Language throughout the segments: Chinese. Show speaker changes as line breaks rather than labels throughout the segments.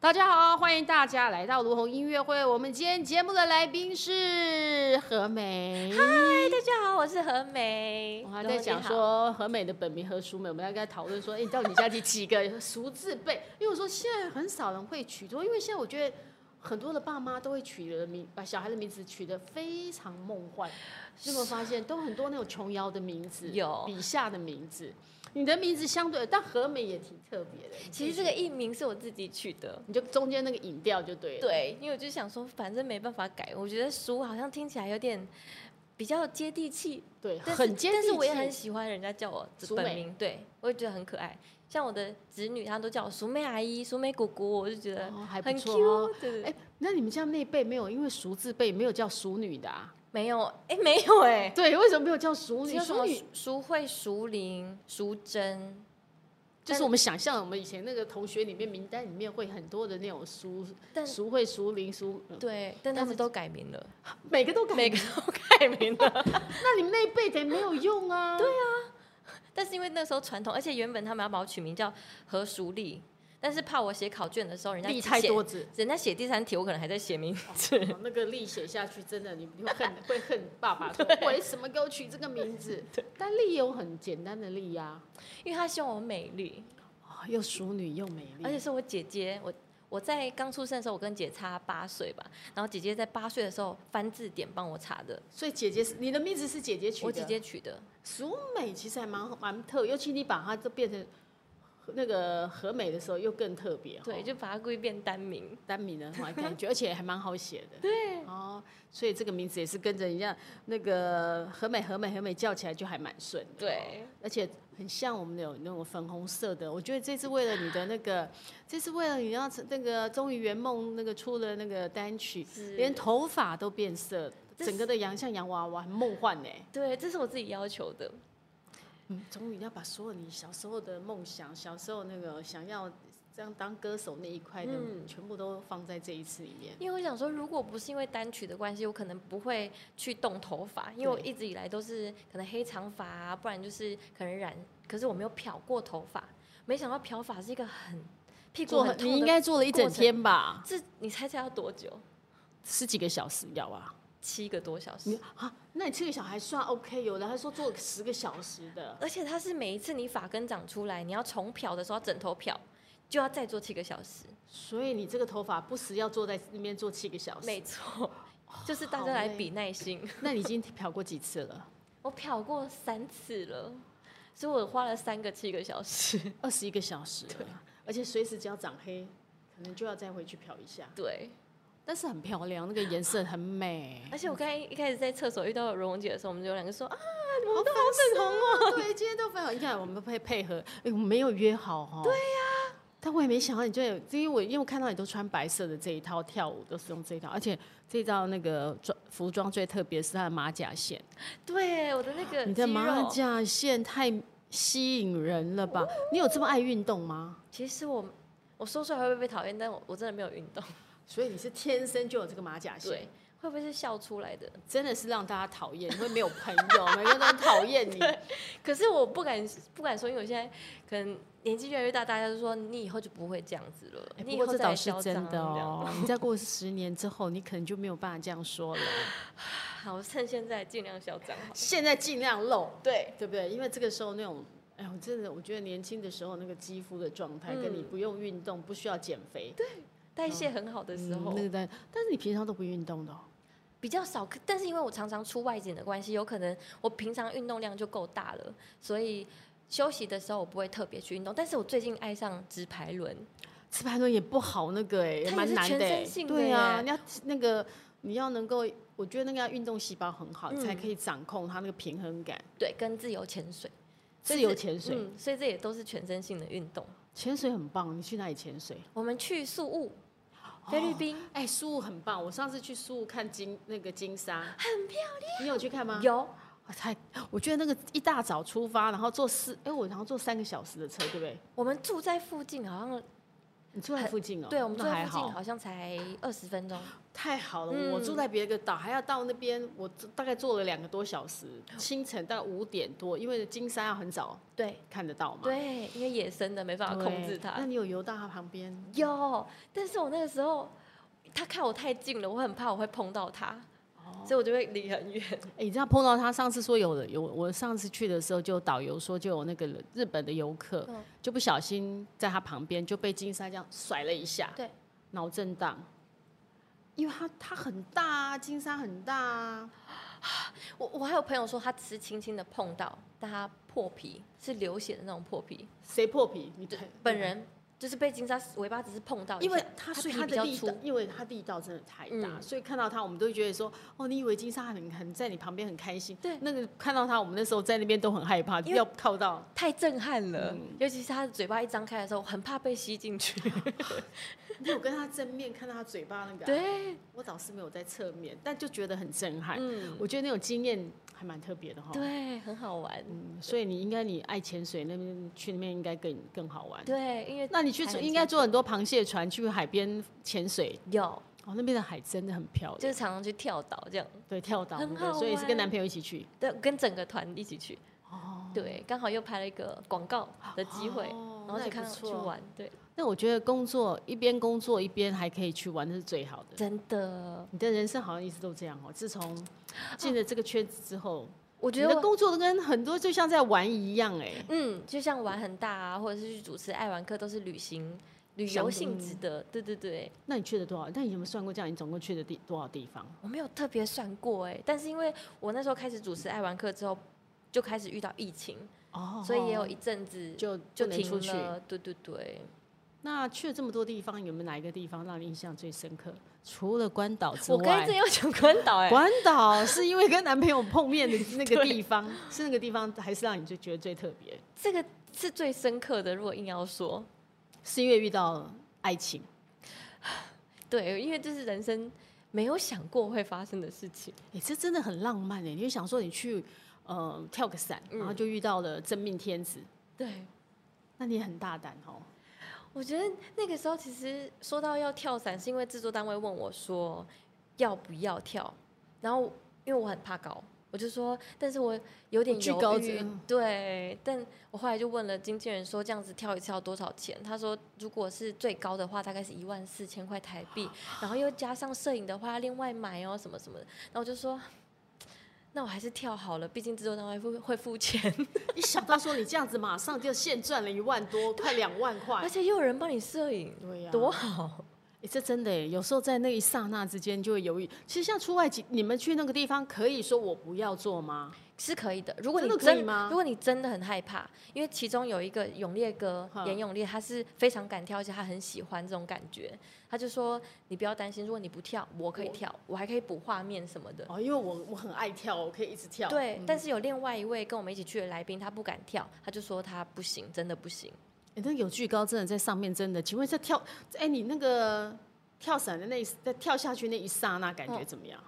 大家好，欢迎大家来到卢红音乐会。我们今天节目的来宾是何美。
嗨，大家好，我是何梅。
我还在讲说何美的本名何淑美，我们大概讨论说，哎、你到底家里几个熟字辈？因为我说现在很少人会取多，因为现在我觉得很多的爸妈都会取的名，把小孩的名字取得非常梦幻。你有没有发现，都很多那种琼瑶的名字，
有
笔下的名字。你的名字相对，但何美也挺特别的。
其实这个艺名是我自己取的。
你就中间那个引调就对了。
对，因为我就想说，反正没办法改。我觉得书好像听起来有点比较接地气，
对，
但是
很接地气。
但是我也很喜欢人家叫我
淑
本
美
名，对我也觉得很可爱。像我的侄女，她都叫我淑美阿姨、淑美姑姑，我就觉得
哦还不
很 Q、
错哦
对对对，
哎、那你们家那一辈没有因为熟字辈没有叫熟女的啊？
没有，哎、没有哎、
对，为什么没有叫熟
只
女？
有什
熟
么
女
哦淑慧、淑玲、淑珍，
就是我们想象我们以前那个同学里面名单里面会很多的那种熟
但
熟会熟龄熟，嗯
对，但他
但
们
是
都改名了，
每个都改。
每个都改名了。
那你们那一辈的没有用啊。对啊，
但是因为那时候传统，而且原本他们要把我取名叫何淑丽，但是怕我写考卷的时候，人家
力太
写
多， 子，
人家写第三题，我可能还在写名 字。
哦那个力写下去，真的你你会 恨会恨爸爸说为什么给我取这个名 字？但力有很简单的力呀、
因为他希望我美丽，
啊，又熟女又美丽，
而且是我姐姐。我我在刚出生的时候，我跟姐差八岁吧，然后姐姐在八岁的时候翻字典帮我查的，
所以姐姐是你的名字是姐姐取的，
我姐姐取的。
熟美其实还蛮蛮特，尤其你把它都变成那个和美的时候，又更特别。
对，
哦
就把它故意变单名。
单名的话，感觉而且还蛮好写的。
对，
哦，所以这个名字也是跟着人家那个和美和美和美叫起来就还蛮顺的。
对
哦，而且很像我们有那种粉红色的。我觉得这次为了你的那 个，这次为了你要那个终于圆梦那个出了那个单曲，
是
连头发都变色，
这
整个的洋像洋娃娃，很梦幻呢。
对，这是我自己要求的。
嗯终于要把所有你小时候的梦想、小时候那个想要这样当歌手那一块的，
嗯
全部都放在这一次里面。
因为我想说，如果不是因为单曲的关系，我可能不会去动头发，因为我
对
一直以来都是可能黑长发啊，不然就是可能染，可是我没有漂过头发。没想到漂发是一个很屁股
做
很痛
你
的
应该做了一整
过程
天吧，
这你猜猜要多久？
十几个小时要啊。
七个多小
你
时。
啊，那你这个小孩算 OK，有的还说做十个小时的，
而且它是每一次你发根长出来，你要重漂的时候，要整头漂，就要再做七个小时。
所以你这个头发不时要坐在那边做七个小时
没。错，就是大家来
好累哦
比耐心。
那你已经漂过几次 了？
我漂过三次了，所以我花了三个七个小时。
二十一个小时了，而且随时只要长黑，可能就要再回去漂一下。
对。
但是很漂亮，那个颜色很美。
而且我刚才一开始在厕所遇到荣荣姐的时候，我们就有两个说啊，
好粉红哦！对，今天都粉红。你看，我们配配合，哎、我们没有约好哦。对呀、但我也没想到你就有，因为我因为我看到你都穿白色的这一套跳舞，都是用这一套，而且这一套那个装服装最特别是它的马甲线，
对，我的那个
你的
肌
马
肉，
甲线太吸引人了吧？你有这么爱运动吗？
其实我我说出来会不会被讨厌，但我我真的没有运动，
所以你是天生就有这个马甲线
对，，会不会是笑出来的？
真的是让大家讨厌，你会没有朋友，每个人都很讨厌你。哎
可是我不敢不敢说，因为我现在可能年纪越来越大，大家都说你以后就不会这样子了，
哎
你
不
以
过
后
这
再
倒
来
是
嚣
真
张
的
这样
哦，你再过十年之后，你可能就没有办法这样说了。
好，我趁现在尽量嚣张好了。
现在尽量露，
对，
对不对？因为这个时候那种，哎呦，我真的，我觉得年轻的时候那个肌肤的状态，
嗯
跟你不用运动、不需要减肥对
代谢很好的时候、
嗯那个但但是你平常都不运动的、哦，
比较少，可但是因为我常常出外景的关系，有可能我平常运动量就够大了，所以休息的时候我不会特别去运动。但是我最近爱上直排轮，
吃排轮也不好，那个哎、也
它也
蛮
是
难
全
的、哎
身性的
对啊，
耶
你要那个你要能够，我觉得那个要运动细胞很好，
嗯
才可以掌控它那个平衡感。
对，跟自由潜水，所
自
以
由
这
潜水，
嗯，所以这也都是全身性的运动。
潜水很棒，你去哪里潜水？
我们去宿务，菲律宾、
哎，苏雾很棒，我上次去苏雾看金那个金沙，很漂亮。你有去看吗？
有
啊太，我觉得那个一大早出发，然后坐四，哎，我然后坐三个小时的车，对不对？
我们住在附近，好像
你住在附近哦？
对，我们住
那
在
还
附近
好，
好像才二十 分钟，
太好了。
嗯
我住在别个岛，还要到那边，我大概坐了两个多小时，清晨大概五点多，因为金山要很早
对
看得到嘛。
对，因为野生的没办法
对，
控制它
那。你有游到它旁边？
有，但是我那个时候他看我太近了，我很怕我会碰到他，
哦
所以我就会离很远。
哎、你知道碰到他上次说有的有，我上次去的时候就导游说就有那个日本的游客、
嗯
就不小心在他旁边就被金鲨这样甩了一下，
对，
脑震荡，因为它它很大啊，金鲨很大啊，
我我还有朋友说他只是轻轻的碰到，但他破皮是流血的那种破皮，
谁破皮？你
本人就是被金鲨尾巴只是碰到一下，
因为它
他
所以
皮
它
比
的
较
力
粗
道，，因为它力道真的太大，
嗯
所以看到它我们都会觉得说，哦，你以为金鲨很很在你旁边很开心，
对
那个看到它，我们那时候在那边都很害怕，
因为
要靠到。
太震撼了。
嗯
尤其是他的嘴巴一张开的时候，我很怕被吸进去。
你有跟它正面看到它嘴巴那个啊、
对，
我倒是没有在侧面，但就觉得很震撼。
嗯，
我觉得那种经验还蛮特别的哈。，
对，很好玩。
嗯，所以你应该你爱潜水那边去那边应该更更好玩。
对，因为
那你去
还很
应该坐很多螃蟹船去海边潜水
有，
哦，那边的海真的很漂
就
亮
是，常常去跳岛这样。
对，跳岛
很
对不对
好
所以是跟
玩
男朋友一起去
对，跟整个团一起去。
哦。
对，刚好又拍了一个广告的机会，
哦
然
那
后就
也不
看到
错
去玩，对，
那我觉得工作一边工作一边还可以去玩，那是最好的。
真的，
你的人生好像一直都这样哦，自从进了这个圈子之后，
我
你
觉得
的
我
工作都跟很多就像在玩一样 哎。
嗯，就像玩很大啊，或者是去主持爱玩课，都是旅行旅
相
游
对
性质的，对对对，
那你去了多少？那你有没有算过这样？你总共去的地多少地方？
我没有特别算过哎、但是因为我那时候开始主持爱玩课之后，就开始遇到疫情，
哦
所以也有一阵子
就
就
不能出去。
停了，对对对，
那去了这么多地方，有没有哪一个地方让你印象最深刻？除了关岛之
我刚才
外
真，要讲关岛哎、
关岛是因为跟男朋友碰面的那个地 方，是那个地方还是让你最觉得最特别？
这个是最深刻的，如果硬要说，
是因为遇到爱情，
对，因为这是人生没有想过会发生的事情。
哎、这真的很浪漫哎、你会想说你去呃跳个伞，
嗯
然后就遇到了真命天子，
对，
那你也很大胆 哦。
我觉得那个时候其实说到要跳伞，是因为制作单位问我说要不要跳，然后因为我很怕高，我就说，但是我有点
惧高
犹豫
症，
对，但我后来就问了经纪人说这样子跳一次要多少钱，他说如果是最高的话大概是一万四千块台币，然后又加上摄影的话另外买哦什么什么的，然后我就说。那我还是跳好了，毕竟制作单位会会付钱，
一想到说你这样子，马上就现赚了一万多，快两万
而
块，
且又有人帮你摄影，
对呀、
多好！
哎、这真的耶，有时候在那一刹那之间就会犹豫。其实像出外景，你们去那个地方，可以说我不要做吗？
是可以的，如果你
真的可以吗
如果你真的很害怕，因为其中有一个永烈哥
哈
严永烈，他是非常敢跳，而且他很喜欢这种感觉。他就说：“你不要担心，如果你不跳，我可以
我
跳，我还可以补画面什么的。
哦，因为我我很爱跳，我可以一直跳。
对，
嗯
但是有另外一位跟我们一起去的来宾，他不敢跳，他就说他不行，真的不行。
诶那有惧高症的在上面真的，请问在跳，哎、你那个跳伞的那一在跳下去那一刹那感觉
嗯
怎么样？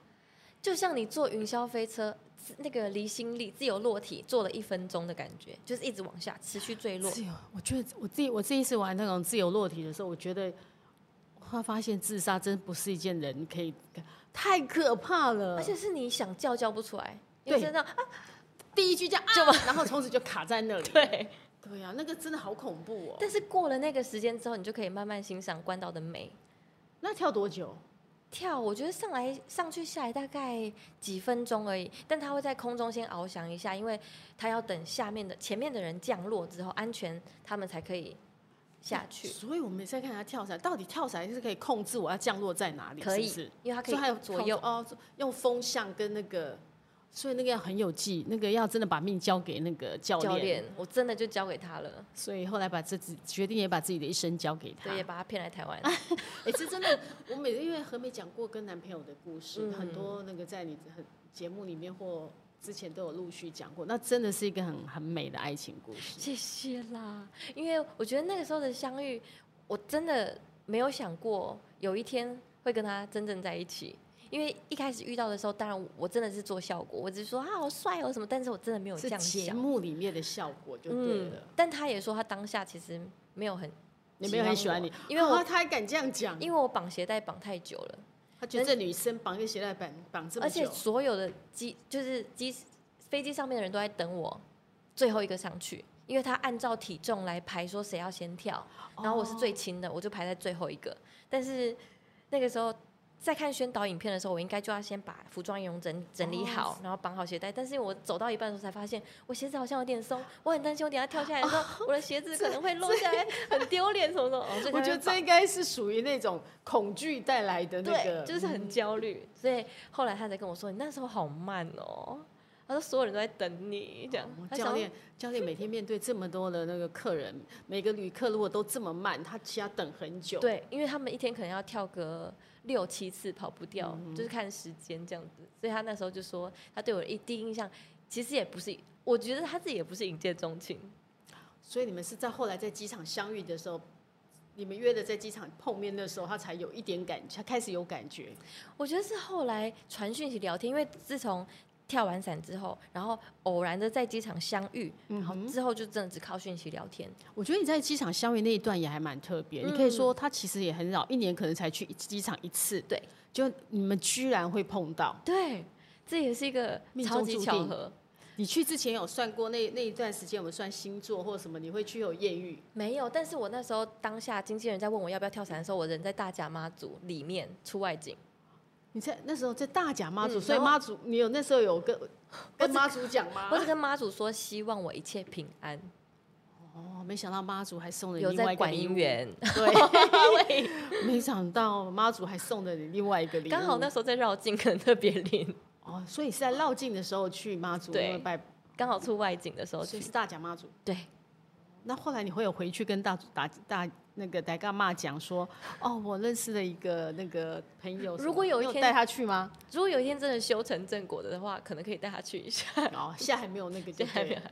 就像你坐云霄飞车，自那个离心力自由落体做了一分钟的感觉，就是一直往下持续坠落。
自由，我觉得我自己我这一次玩那种自由落体的时候，我觉得我发现自杀真不是一件人可以，太可怕了。
而且是你想叫叫不出来，
对
因为真的啊，
第一句叫啊，然后从此就卡在那里。
对。”
对呀、那个真的好恐怖哦。
但是过了那个时间之后，你就可以慢慢欣赏关岛的美。
那跳多久？
跳，我觉得上来上去下来大概几分钟而已，但它会在空中先翱翔一下，因为它要等下面的前面的人降落之后安全，他们才可以下去。
所以我们在看他跳伞，到底跳伞是可以控制我要降落在哪里？
可以
是不是
因为它可
所以还有
以左右，
哦，用风向跟那个，所以那个要很有技，那个要真的把命交给那个哦教
教
练。
练，我真的就交给他了，
所以后来把这自决定也把自己的一生交给他。
对，也把他骗来台湾。
哎、这真的，我每因为何美讲过跟男朋友的故事，
嗯
很多那个在你很节目里面或之前都有陆续讲过，那真的是一个很很美的爱情故事。
谢谢啦，因为我觉得那个时候的相遇，我真的没有想过有一天会跟他真正在一起。因为一开始遇到的时候，当然我真的是做效果，我只是说啊好帅哦什么，但是我真的没有这
是
样
节
想。
目里面的效果就对
嗯
了。，
但他也说他当下其实没有很
你没有很喜欢你
喜欢，我因为我
啊他还敢这样讲，
因为我绑鞋带绑太久了，
他觉得这女生绑一个鞋带绑绑这么
而且
久，
所有的机就是机飞机上面的人都在等我最后一个上去，因为他按照体重来排，说谁要先跳，然后
哦
我是最轻的，我就排在最后一个。但是那个时候在看宣导影片的时候，我应该就要先把服装仪容整整
哦
理好，然后绑好鞋带。但是我走到一半的时候才发现，我鞋子好像有点松，我很担心我等一下跳下来的时候，我的鞋子可能会落 下来，很丢脸什么什么。哦所以才
哦我
会
觉得这应该是属于那种恐惧带来的那
对
个，，嗯
就是很焦虑，所以后来他才跟我说：“你那时候好慢哦。”他说：“所有人都在等你，这样。
哦
他想
教
要
练，教练每天面对这么多的那个客人， 每个旅客如果都这么慢，他其实要等很久。，
对，因为他们一天可能要跳个六七次，跑不掉，就是看时间这样子。所以他那时候就说，他对我的一第一印象其实也不是，我觉得他自己也不是一见钟情。
所以你们是在后来在机场相遇的时候，你们约的在机场碰面的时候，他才有一点感，他开始有感觉。
我觉得是后来传讯息聊天，因为自从跳完伞之后，然后偶然的在机场相遇，然后之后就真的只靠讯息聊天。
我觉得你在机场相遇那一段也还蛮特别，你可以说他其实也很少，一年可能才去一机场一次，
嗯对，
就你们居然会碰到。
对，这也是一个
命
超
中
级
注
巧
定
合。”
你去之前有算过那那一段时间，我们算星座或什么，你会去有艳遇？
没有，但是我那时候当下经纪人在问我要不要跳伞的时候，我人在大甲妈祖里面出外景，
你在那时候在大甲妈祖，
嗯
所以
然后
妈祖你有那时候有跟跟妈祖讲吗？
我只跟妈祖说希望我一切平安，
哦，没想到妈祖还送了你
有
另外
在
一个
管
礼
姻
物，
缘，
对，没想到妈祖还送了你另外一个礼物，
刚好那时候在绕境，可能特别灵，
哦，所以是在绕境的时候去妈祖，
对
因为拜，
刚好出外景的时候
所
去
以，是大甲妈祖。
对，
那后来你会有回去跟大祖大大那个大干妈讲说，哦，我认识了一个那个朋友什么，
如果有一
你
天
带他去 吗？
如果有一天真的修成正果的话，可能可以带他去一下。
哦，现在还没有那个就
现在还
对
没有
了。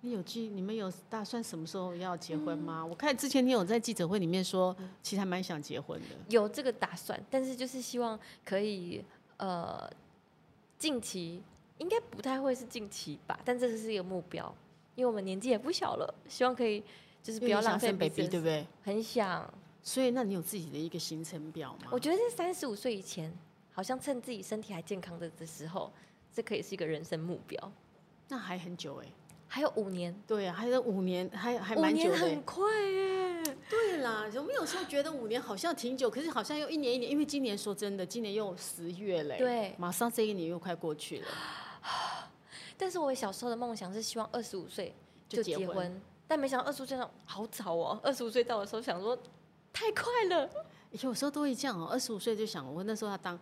你有记？你们有打算什么时候要结婚吗？
嗯
我看之前你有在记者会里面说，其实还蛮想结婚的。
有这个打算，但是就是希望可以呃，近期应该不太会是近期吧，但这个是一个目标，因为我们年纪也不小了，希望可以就是不
因为
要
你想
浪费
生
彼
baby 对
此的。
不对？
很想，
所以那你有自己的一个行程表吗？
我觉得是三十五岁以前，好像趁自己身体还健康的的时候，这可以是一个人生目标。
那还很久哎、
还有五年，
对啊，还有五年，还还
五
蛮久
年
的欸、
很快耶！
对啦，我们有时候觉得五年好像挺久，可是好像又一年一年，因为今年说真的，今年又十月嘞、
对
马上这一年又快过去了。
但是我小时候的梦想是希望二十五岁
就
结
结婚
但没想到二十五岁上好早哦，二十五岁到的时候想说太快了，
有时候都会这样哦、二十五岁就想，我那时候要当，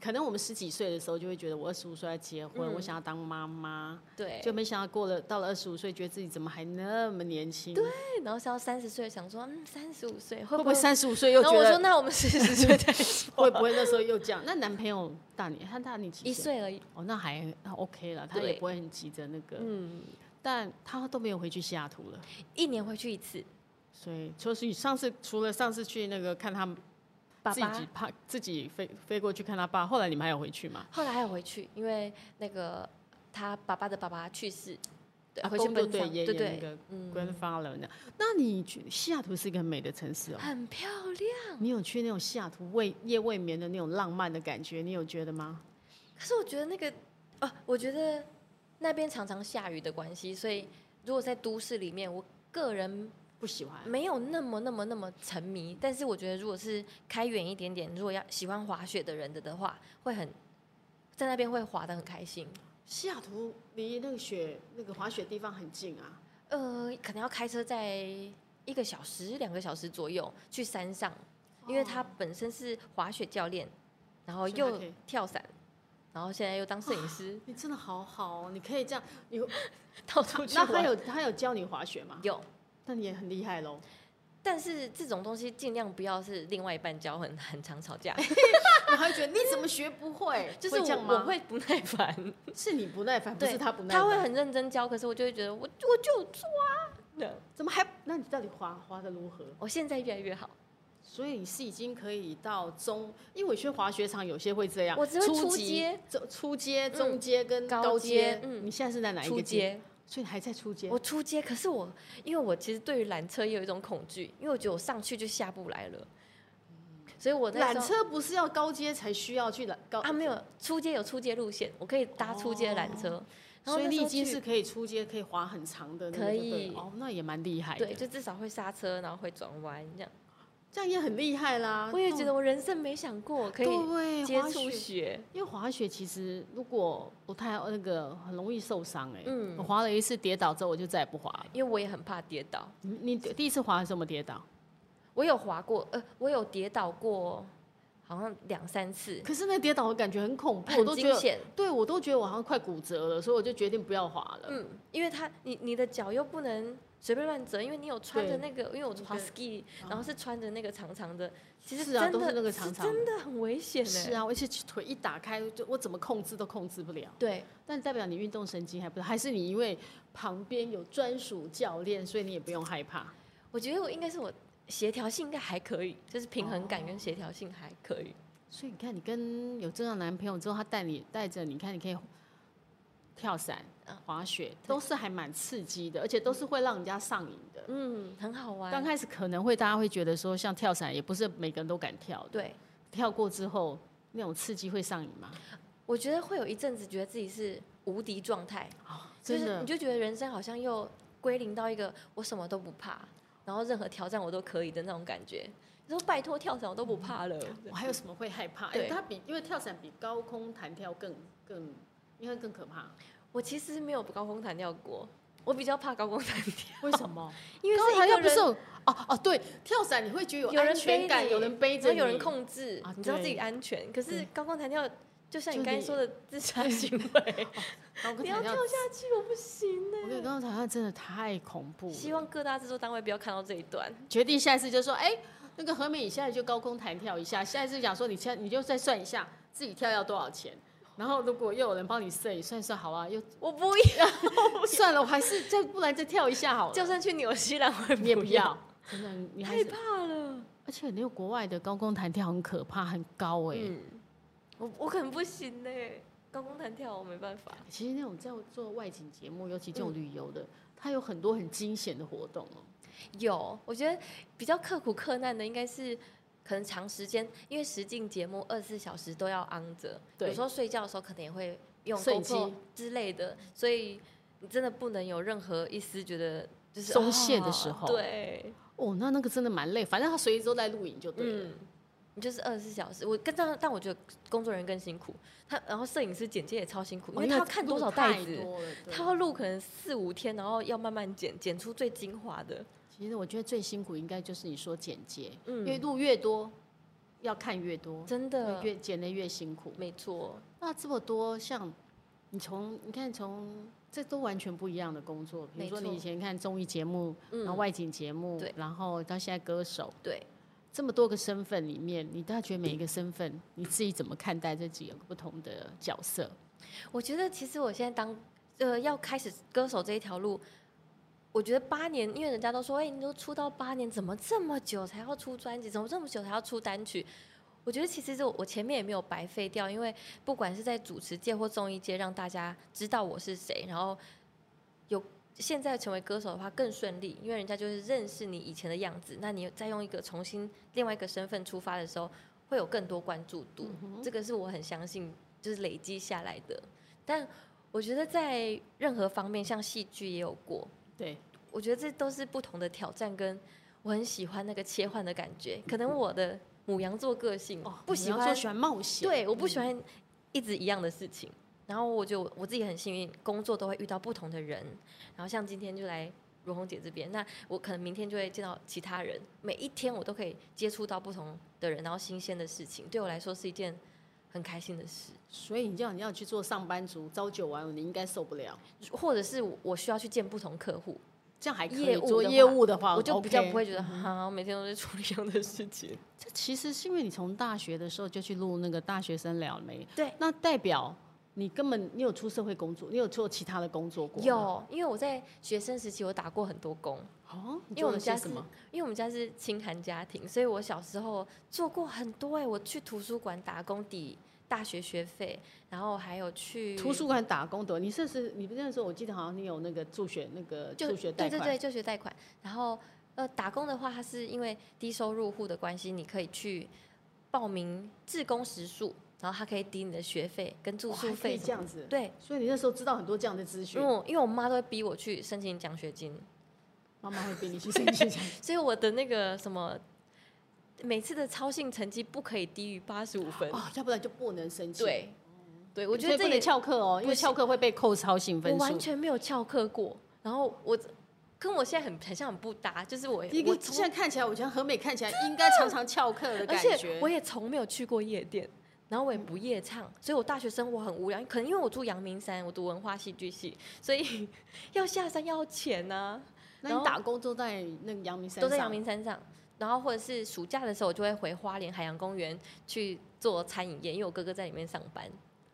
可能我们十几岁的时候就会觉得我二十五岁要结婚，
嗯
我想要当妈妈，
对，
就没想到过了到了二十五岁，觉得自己怎么还那么年轻？对，
然后是到三十岁想说，嗯，三十五岁会
会不
不
会三十五岁又
然
觉
后我说
得
那我们四十 岁再
会不会那时候又这样？那男朋友大你，他大你几
一
岁？
岁而已，
哦，那还那 OK 了，他
对
也不会很急着那个，
嗯，
但他都没有回去西雅图了。
一年回去一次，
所以，就是你上次除了上次去那个看他
爸
自
爸
己怕自己飞飞过去看他爸，后来你们还有回去吗？
后来还有回去，因为那个他爸爸的爸爸去世，对，
啊回
公
去就
奔
对
丧
爷
对
爷那
对嗯
个，grandfather 那。那你去西雅图是一个很美的城市哦，
很漂亮。
你有去那种西雅图未夜未眠的那种浪漫的感觉，你有觉得吗？
可是我觉得那个，啊，我觉得那边常常下雨的关系，所以如果在都市里面，我个人
不喜欢。
没有那么那么那么沉迷，但是我觉得如果是开远一点点，如果要喜欢滑雪的人的的话，会很在那边会滑得很开心。
西雅图离那个雪那个滑雪地方很近啊，
呃，可能要开车在一个小时、两个小时左右去山上，因为他本身是滑雪教练，然
所
后
以他
又
可以
跳伞，然后现在又当摄影师，
你真的好好哦，你可以这样。你
到处去
啊那他
玩
有他有教你滑雪吗？
有，
那你也很厉害喽。
但是这种东西尽量不要是另外一半教，很很常吵架，
哎你还觉得你怎么学不 会？
就是
会这样
我我
吗？
会不耐烦，
是你不耐烦，不
对
是他不耐烦。
他会很认真教，可是我就会觉得我我就抓的，
怎么还？那你到底滑滑的如何？
我现在越来越好，
所以你是已经可以到中，因为我去滑雪场有些会这样，
我只会
初
初
级
阶、
中初阶、
嗯
中阶跟
高
高
阶
阶。
嗯
哎你现在是在哪一
出
个阶？
街，
所以你还在出街
我。出街，可是我因为我其实对于缆车也有一种恐惧，因为我觉得我上去就下不来了，所以我那时
缆
候
车不是要高阶才需要去缆高
啊没有出街有出街路线，我可以搭出街的缆车。
哦
然后
所以
那
你
时候
已经
去
是可以出街，可以滑很长的那个就
可
对了，
以
哦，那也蛮厉害的，
对，就至少会刹车，然后会转弯这样。
这样也很厉害啦。
我也觉得我人生没想过可以
对
接
滑
触
雪
雪，
因为滑雪其实如果不太那个，很容易受伤哎、
嗯
我滑了一次跌倒之后，我就再也不滑了。
因为我也很怕跌倒。
你你第一次滑的时候有没有跌倒？
我有滑过，呃，我有跌倒过，好像两三次，
可是那跌倒我感觉很恐怖，我
很
都觉
惊
得，
险。
对我都觉得我好像快骨折了，所以我就决定不要滑了。
嗯，因为它你你的脚又不能随便乱折，因为你有穿着那个，因为我滑
对嗯
ski，然后是穿着那个长长的，其实
是
真的
啊都是那个长长的
真的很危险呢。
是，啊，而且腿一打开，就我怎么控制都控制不了。
欸对，
但代表你运动神经还不错，还是你因为旁边有专属教练，所以你也不用害怕。
我觉得我应该是我协调性应该还可以，就是平衡感跟协调性还可以。
所以你看，你跟有这样的男朋友之后，他带你带着你看，你可以跳伞
嗯、
滑雪，都是还蛮刺激的，而且都是会让人家上瘾的。
嗯，很好
刚
玩。
开始可能会大家会觉得说，像跳伞也不是每个人都敢跳的，
对，
跳过之后那种刺激会上瘾吗？
我觉得会有一阵子觉得自己是无敌状态，就
真
是
的
你，就觉得人生好像又归零到一个我什么都不怕，然后任何挑战我都可以的那种感觉。你说拜托跳伞我都不怕了，
我还有什么会害怕？
对
哎，它比因为跳伞比高空弹跳更更应该更可怕，
我其实没有高空弹跳过，我比较怕高空弹 跳，
为什么？
因为
高
是
弹
一
跳
个
不是
人，
有哦哦，对，跳伞你会觉得
有人
安全
背
感，
你
有人背
然
着
后
你，
有人控制
啊，
你知道
对
自己安全。可是
对
高空弹跳，就像
就
你刚才
你
说的自杀行 为，
高空
你要
弹
跳
跳
下去我不行
我跟你
呢。
刚刚好像真的太恐怖了。
希望各大制作单位不要看到这一段。
决定下一次就说，哎、那个何美，你现在就高空弹跳一下。下一次讲说，你现在你就再算一下自己跳要多少钱。然后如果又有人帮你算一算算好啊，又
我不要，
算了，我还是再不然再跳一下好了。
就算去纽西兰我也
你也不要，真的你还
害
是，
怕了。
而且那个国外的高空弹跳很可怕，很高哎、
嗯，我我可能不行呢，高空弹跳我没办法。
其实那种在做外景节目，尤其这种旅游的，它有很多很惊险的活动哦。
有，我觉得比较刻苦克难的应该是可能长时间，因为实境节目二十四小时都要 on 着，
对
有时候睡觉的时候可能也会用
摄影
GoPro
机
之类的，所以你真的不能有任何一丝觉得就是
松懈的
啊
时候
对，
哦，那那个真的蛮累，反正他随时都在录影就对了。
嗯。你就是二十四小时，我跟但但我觉得工作人员更辛苦，他然后摄影师剪接也超辛苦，因
哦
为他要看多少袋
录太
子，
多了对
他要录可能四五天，然后要慢慢剪，剪出最精华的。
其实我觉得最辛苦应该就是你说剪接，
嗯
因为录越多，要看越多，
真
对
的，
越剪的越辛苦。
没错，
那这么多，像你从你看从这都完全不一样的工作，比如
没
说
错
你以前看综艺节目，然后
嗯，
外景节目
对，
然后到现在歌手，
对，
这么多个身份里面，你大家觉得每一个身份你自己怎么看待这几个不同的角色？
我觉得其实我现在当呃要开始歌手这一条路，我觉得八年，因为人家都说，哎、你都出道八年，怎么这么久才要出专辑？怎么这么久才要出单曲？我觉得其实这我前面也没有白费掉，因为不管是在主持界或综艺界，让大家知道我是谁，然后有现在成为歌手的话更顺利，因为人家就是认识你以前的样子，那你再用一个重新另外一个身份出发的时候，会有更多关注度。这个是我很相信，就是累积下来的。但我觉得在任何方面，像戏剧也有过，
对，
我觉得这都是不同的挑战，跟我很喜欢那个切换的感觉。可能我的母羊座个性
哦，
不
你
喜
要
欢
说喜欢冒险，
对，我不喜欢一直一样的事情。然后我就我自己很幸运，工作都会遇到不同的人。然后像今天就来如红姐这边，那我可能明天就会见到其他人。每一天我都可以接触到不同的人，然后新鲜的事情，对我来说是一件很开心的事。
所以你叫你要去做上班族，朝九晚五，你应该受不了。
或者是我需要去见不同客户，
这样还可以
业务
做
的
业
话
务的话，
我就比较
OK
不会觉得哈，我每天都在处理一样的事情。
这其实是因为你从大学的时候就去录那个大学生聊了没？
对，
那代表你根本你有出社会工作，你有做其他的工作过吗？
有，因为我在学生时期我打过很多工，
哦，你
因
做
为我
了
们
些
家
什
是
么？，
因为我们家欸是清寒家庭，所以我小时候做过很多哎、我去图书馆打工抵大学学费，然后还有去
图书馆打工的，你这是你那时候我记得好像你有那个助学那个
就
助学贷款，
对对对，就学贷款。然后呃，打工的话，它是因为低收入户的关系，你可以去报名自工时数，然后它可以抵你的学费跟住
哇
宿
还可
费
以
什
这
么
样子
的。。嗯对，
所以你那时候知道很多这样的资
因
讯
为，我因为我妈都会逼我去申请奖学金，
妈妈会给你去申请。
所以我的那个什么。每次的操性成绩不可以低于八十五分，
哦，要不然就不能申请。，
对，对，我觉
所
得
以
这
不能
也
翘课哦，因为
不行
翘课会被扣超兴分
我
数。
完全没有翘课过。然后我跟我现在很很像很不搭，就是我
你
我
你
从
现在看起来，我觉得何美看起来应该常常翘课的
而
感
且
觉。
我也从没有去过夜店，然后我也不夜唱，所以我大学生活很无聊。可能因为我住阳明山，我读文化戏剧系，所以 要下山要钱呢、
那你打工都在那个阳明山上，
都在阳明山上。然后或者是暑假的时候，我就会回花莲海洋公园去做餐饮业，因为我哥哥在里面上班，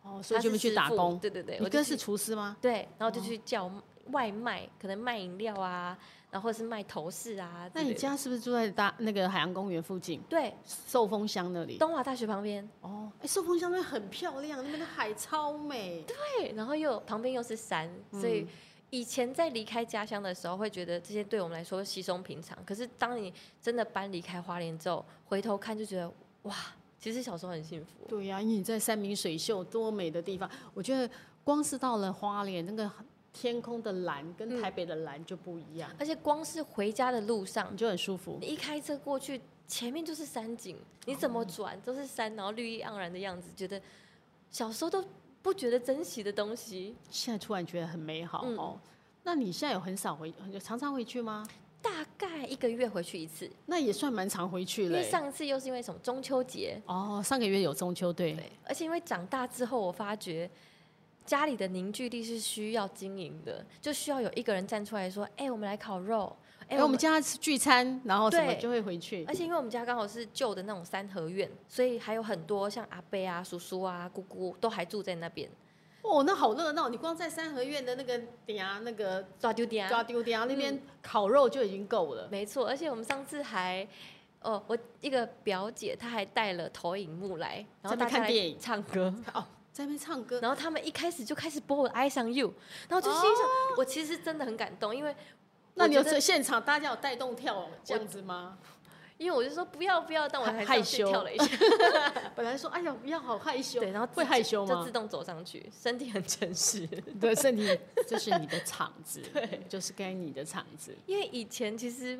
哦，所以
他
就是没去
师
打
傅
工。
对对对，
你
我就
哥
去
是厨哦师吗？
对，然后就去叫外卖，可能卖饮料啊，然后或者是卖头饰啊之
那
类
你
的。
家是不是住在大那个海洋公园附近，
对
寿丰乡那里？
东华大学旁边，
哦，哎，寿丰乡那边很漂亮，那边的海超美。
对，然后又旁边又是山，所
嗯
以以前在离开家乡的时候，会觉得这些对我们来说稀松平常。可是当你真的搬离开花莲之后，回头看就觉得哇，其实小时候很幸福。
对呀、因为你在山明水秀多美的地方，我觉得光是到了花莲，那个天空的蓝跟
嗯嗯
台北的蓝就不一样，
而且光是回家的路上
你，就很舒服。
你一开车过去，前面就是山景，你怎么
哦
转都是山，然后绿意盎然的样子，觉得小时候都不觉得珍惜的东西，
现在突然觉得很美好、
嗯
哦。那你现在有很少回，很常常回去吗？
大概一个月回去一次，
那也算蛮常回去
因
了、
为
欸。
上次又是因为什么中秋节，
哦，上个月有中秋对，
对，而且因为长大之后，我发觉家里的凝聚力是需要经营的，就需要有一个人站出来说：“哎、我们来烤肉。
哎、
哎，
我们家是聚餐，然后什么
对哎
就会回去
而。且因为我们家刚好是旧的那种三合院，所以还有很多像阿伯啊、叔叔啊、姑姑都还住在那边。
哦，那好热闹！你光在三合院的那个顶啊，那个
抓丢丢
抓
啊，
丢顶啊那边烤肉就已经够了。
没错。而且我们上次还，哦，我一个表姐她还带了投影幕来，然后
在那边
大
看
家来
电影
唱歌。
哦，在那边唱歌，
然后他们一开始就开始播我的《爱上 You》，然后就心想，我其实真的很感动，因为
那
我
你
觉
有
得
在现场大家有带动跳这样子吗？
因为我就说不要不要，但我还
害
上去跳了一下，
本来说哎呀不要好害羞，
对，然后自
会害羞
就
吗
自？动走上去，身体很诚实。
对，身 体这是你的场子，对，就是该你的场子。
因为以前其实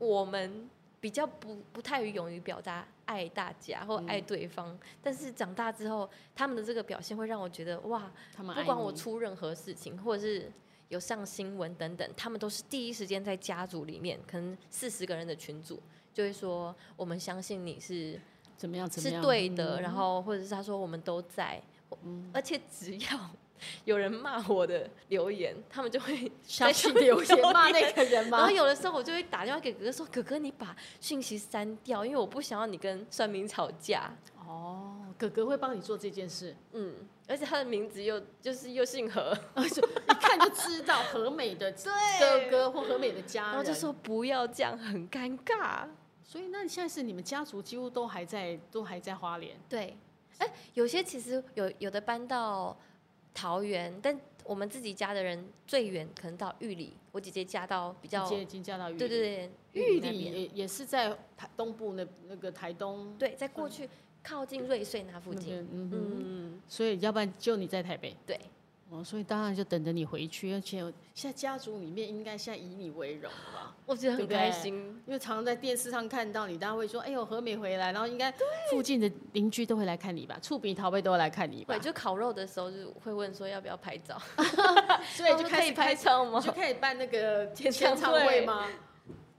我们比较不不太勇于表达爱大家或爱对方，但是长大之后，他们的这个表现会让我觉得哇，
他们爱
不管
你
我出任何事情，或者是。有上新闻等等，他们都是第一时间在家族里面，可能四十个人的群组，就会说我们相信你是
怎么样怎么
是
样
对的，
嗯
然后或者是他说我们都在，我而且只要 有人骂我的留言，他们 就会
下
在
去
上
留
面
言骂那。个人
然
吗
后？有的时候我就会打电话给哥哥说：“哥哥，你把讯息删掉，因为我不想要你跟算命吵架。
哦，哥哥会帮你做这件事，”
嗯，而且他的名字又就是又姓何，
一看就知道和美 的哥哥或和美的家人。
然后就，说不要这样，很尴尬。
所以那现在是你们家族几乎都还在，都还在花莲。
对，哎，有些其实有有的搬到桃园，但我们自己家的人最远可能到玉里，我姐姐家到比较
直接已经嫁到玉里，
对对对，
玉
那
里
边
也也是在台东部那那个台东
对，在过去靠近瑞穗那附
那
近，
边，嗯哼。
嗯，
所以要不然就你在台北，
对，
哦，所以当然就等着你回去，而且现在家族里面应该现在以你为荣了吧？
我觉得
对
很
不对
开心。
因为常常在电视上看到你，大家会说：“哎呦，何美回来。”然后应该附近的邻居都会来看你吧，触鼻桃贝都会来看你吧
对，，就烤肉的时候，就是会问说要不要拍照，
所以
我
就
说
开
可
始
以拍
拍，
照吗
就？开始办那个签
签
唱
唱会
会吗？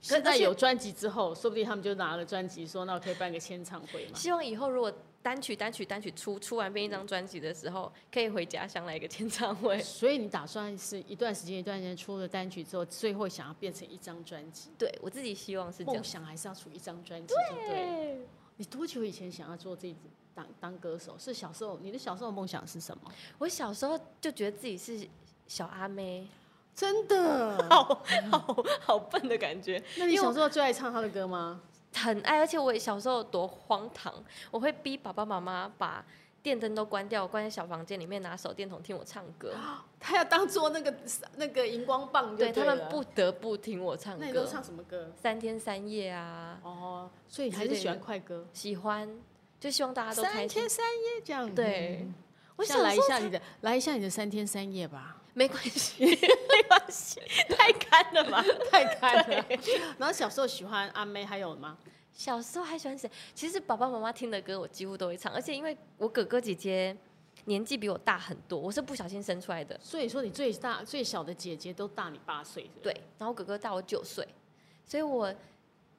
现在
而且
有专辑之后，说不定他们就拿了专辑说：“那我可以办个签唱会嘛
希望以后如果单曲单曲单曲出出完变一张专辑的时候，可以回家乡来一个签唱？”会。
所以你打算是一段时间一段时间出了单曲之后，最后想要变成一张专辑，
对我自己希望是这
梦
样。
想还是要出一张专辑，就对了。
对，
你多久以前想要做这一当当歌手？是小时候你的小时候梦想是什么？
我小时候就觉得自己是小阿妹，
真 的？
好好好笨的感觉。
那你小时候最爱唱他的歌吗？
很爱，而且我小时候有多荒唐，我会逼爸爸妈妈把电灯都关掉，我关在小房间里面，拿手电筒听我唱歌。
他要当做那个那个荧光棒啊就
对
对
他们
了
不得不听我唱
那你
歌
都，唱什么歌？
三天三夜啊，
哦，所以你还是喜欢快歌。啊
喜欢，就希望大家都开
三
心
天。三夜这样。
对
嗯，，
我
我
想
想来一
说
下你的，来一下你的三天三夜吧，
没关系， 没关系，太干了吧。
太干了。 然后小时候喜欢阿妹，还有吗？
小时候还喜欢谁？其实爸爸妈妈听的歌我几乎都会唱，而且因为我哥哥姐姐年纪比我大很多，我是不小心生出来的。
所以说你最大最小的姐姐都大你八岁，是不是，
对，然后哥哥大我九岁，所以我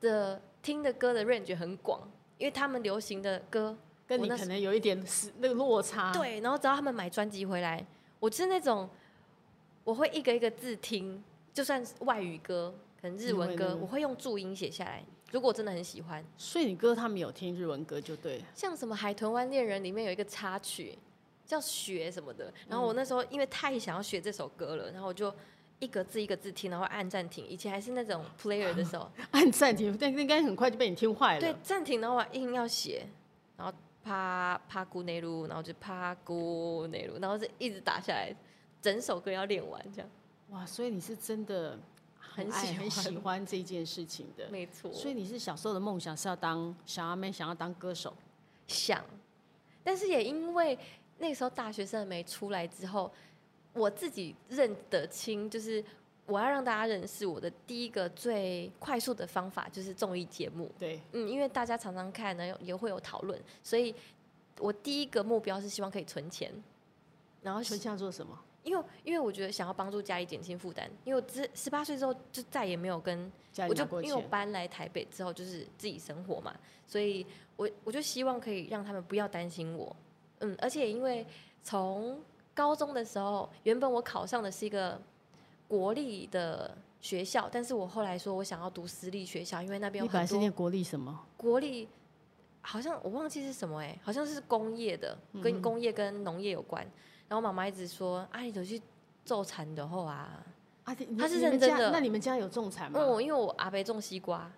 的听的歌的 range 很广，因为他们流行的歌，
跟
我
你
那
可
时
能有一点是那个落差。，
对，然后只要他们买专辑回来，我是那种我会一个一个字听，就算是外语歌，可能日
你
文
会那
歌，
个
我会用注音写下来。如果我真的很喜欢，
所以你哥他们有听日文歌就对了。
像什么《海豚湾恋人》里面有一个插曲叫“学”什么的，然后我那时候因为太想要学这首歌了，然后我就一个字一个字听，然后按暂停。以前还是那种 player 的时候，
按暂停，但应该很快就被你听坏
对
了。，
暂停，然后我硬要写，然后啪啪咕内噜，然后就啪咕内噜，然后是一直打下来，整首歌要练完这样。
哇，所以你是真的很
很
爱
喜
很
欢
喜欢这件事情的。
没错，
所以你是小时候的梦想是要当小阿妹，想要当歌手。
想，但是也因为那时候大学生没出来之后，我自己认得清，就是我要让大家认识我的第一个最快速的方法就是综艺节目。
对，
嗯，因为大家常常看呢，也会有讨论，所以我第一个目标是希望可以存钱，然后
春夏做什么？
因为因为我觉得想要帮助家里减轻负担，因为我十十八岁之后就再也没有跟
家里
我
啊拿
就
过
因为我
钱。
搬来台北之后就是自己生活嘛，所以我我就希望可以让他们不要担心我，嗯，而且因为从高中的时候，原本我考上的是一个国立的学校，但是我后来说我想要读私立学校，因为那边
你
有
本来
很
是
多
念国立什么？
国立，好像我忘记是什么哎、好像是工业的，
嗯
跟工业跟农业有关。然后妈妈一直说啊，你就去做产的后啊，
啊，你你
他是
你们
认真
家
的
那你们家有种产吗？
嗯，因为我阿伯种西瓜，